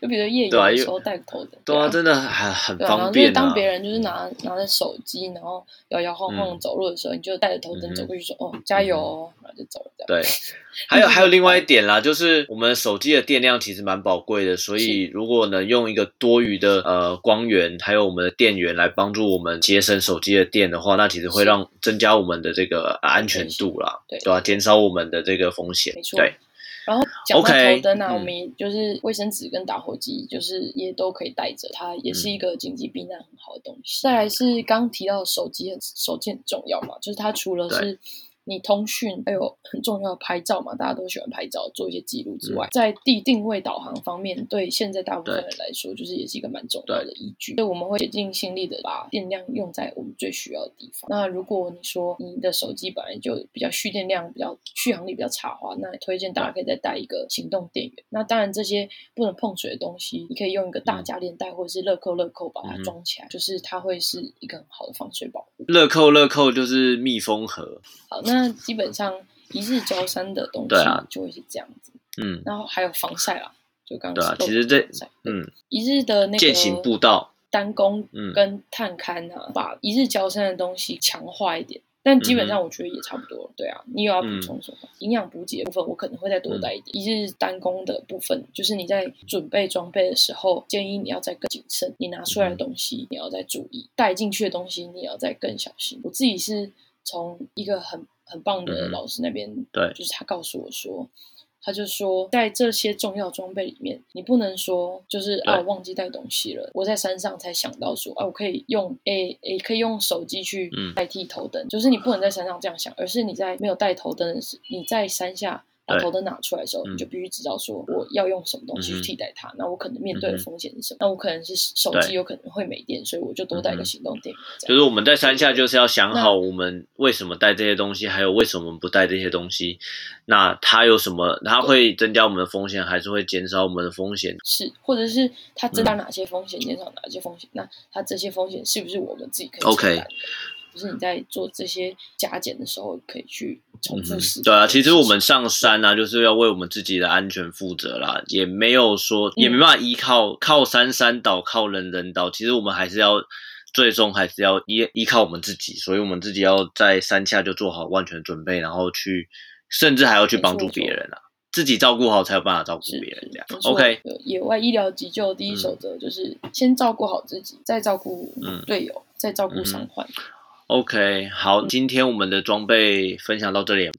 Speaker 5: 就比如说夜游
Speaker 2: 对啊
Speaker 5: 的
Speaker 2: 因为
Speaker 5: 时候戴个头灯，
Speaker 2: 对
Speaker 5: 啊
Speaker 2: 啊，，真的很很
Speaker 5: 对啊，然
Speaker 2: 方
Speaker 5: 后就是
Speaker 2: 便
Speaker 5: 当
Speaker 2: 啊。
Speaker 5: 别人就是拿拿着手机，然后摇摇晃晃
Speaker 2: 嗯
Speaker 5: 走路的时候，你就带着头
Speaker 2: 嗯
Speaker 5: 灯
Speaker 2: 哼嗯
Speaker 5: 走过去说：“哦，加油哦！”然后就走了这样。 (laughs)
Speaker 2: 对，还有
Speaker 5: 就是
Speaker 2: 还有另外一点啦，就是我们手机的电量其实蛮宝贵的，所以如果能用一个多余的呃光源，还有我们的电源来帮助我们节省手机的电的话，那其实会
Speaker 5: 是
Speaker 2: 让增加我们的这个呃安全度啦，
Speaker 5: 对
Speaker 2: 对吧、啊减少我们的这个风险
Speaker 5: 没。错
Speaker 2: 对，
Speaker 5: 然后讲到
Speaker 2: OK，
Speaker 5: 头灯啊，
Speaker 2: 嗯
Speaker 5: 我们也就是卫生纸跟打火机，就是也都可以带着，它也
Speaker 2: 嗯
Speaker 5: 是一个紧急避难很好的东西。再来是刚提到的手机很，手机很重要嘛，就是它除了是你通讯，还有很重要的拍照嘛，大家都喜欢拍照做一些记录
Speaker 2: 嗯
Speaker 5: 之外，在地定位导航方面，对现在大部分
Speaker 2: 对
Speaker 5: 人来说，就是也是一个蛮重要的依据。所以我们会竭尽心力的把电量用在我们最需要的地方。那如果你说你的手机本来就比较蓄电量比较续航力比较差的话，那推荐大家可以再带一个行动电源。那当然这些不能碰水的东西，你可以用一个大家链带或者是乐扣乐扣把它
Speaker 2: 嗯嗯哼
Speaker 5: 装起来，就是它会是一个很好的防水保护。
Speaker 2: 乐扣乐扣就是密封盒，
Speaker 5: 好，那基本上一日交山的东西
Speaker 2: 对啊
Speaker 5: 就会是这样子。
Speaker 2: 嗯，
Speaker 5: 然后还有防晒啦，就刚刚
Speaker 2: 对啊
Speaker 5: 说
Speaker 2: 其实这
Speaker 5: 防晒
Speaker 2: 嗯，
Speaker 5: 一日的那个
Speaker 2: 践行步道
Speaker 5: 单攻
Speaker 2: 嗯
Speaker 5: 跟探勘啊，把一日交山的东西强化一点。但基
Speaker 2: 嗯
Speaker 5: 本上我觉得也差不多了，对啊，你有要补充什么？营养补给的部分我可能会再
Speaker 2: 嗯
Speaker 5: 多带一点。一日单攻的部分，就是你在准备装备的时候，建议你要再更谨慎，你拿出
Speaker 2: 嗯
Speaker 5: 来的东西你要再注意，带进去的东西你也要再更小心。我自己是从一个很很棒的
Speaker 2: 嗯
Speaker 5: 老师那边，
Speaker 2: 对
Speaker 5: 就是他告诉我说，他就说，在这些重要装备里面，你不能说就是啊，
Speaker 2: 对
Speaker 5: 我忘记带东西了，我在山上才想到说啊，我可以用诶诶，可以用手机去
Speaker 2: 嗯
Speaker 5: 代替头灯，就是你不能在山上这样想，而是你在没有带头灯的时，你在山下。把
Speaker 2: 对
Speaker 5: 头灯拿出来的时候，
Speaker 2: 嗯
Speaker 5: 你就必须知道说我要用什么东西去
Speaker 2: 嗯哼
Speaker 5: 替代它。那我可能面对的
Speaker 2: 嗯哼
Speaker 5: 风险是什么？那我可能是手
Speaker 2: 对
Speaker 5: 机有可能会没电，所以我就多带一
Speaker 2: 嗯
Speaker 5: 个
Speaker 2: 哼
Speaker 5: 行动电源。这样
Speaker 2: 就是我们在山下就是要想
Speaker 5: 那
Speaker 2: 好我们为什么带这些东西，还有为什么不带这些东西。那它有什么？它会增加我们的风险，还是会减少我们的风险？
Speaker 5: 是，或者是它
Speaker 2: 嗯
Speaker 5: 增加哪些风险，减少哪些风险？那它这些风险是不是我们自己可以承
Speaker 2: OK
Speaker 5: 担的？就是你在做这些加减的时候，可以去重
Speaker 2: 嗯
Speaker 5: 复
Speaker 2: 哼
Speaker 5: 思、考
Speaker 2: 对啊，
Speaker 5: 这
Speaker 2: 其
Speaker 5: 件事
Speaker 2: 实我
Speaker 5: 情
Speaker 2: 们上山啊，就是要为我们自己的安全负责啦，也没有
Speaker 5: 嗯
Speaker 2: 说也没办法依靠、靠山山倒，靠人人倒。其实我们还是要最终还是要依依靠我们自己，所以我们自己要在山下就做好万全准备，然后去甚至还要去
Speaker 5: 没
Speaker 2: 帮
Speaker 5: 错
Speaker 2: 助别
Speaker 5: 没错
Speaker 2: 人啊。自己照顾好才有办法照顾
Speaker 5: 是
Speaker 2: 别人这样。
Speaker 5: 没错
Speaker 2: OK，
Speaker 5: 呃野外医疗急救的第一守则就是先照顾好自己，再照顾
Speaker 2: 嗯
Speaker 5: 队友，再照顾伤
Speaker 2: 嗯
Speaker 5: 患。
Speaker 2: OK，好，今天我们的装备分享到这里。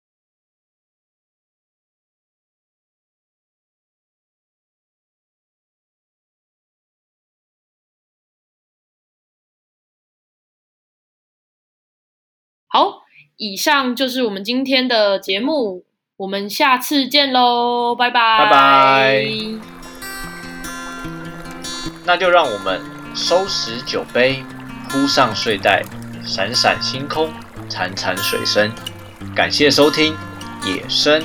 Speaker 3: 好，以上就是我们今天的节目，我们下次见喽，拜拜，
Speaker 2: 拜拜那就让我们收拾酒杯，铺上睡袋，闪闪星空，潺潺水声。感谢收听《野生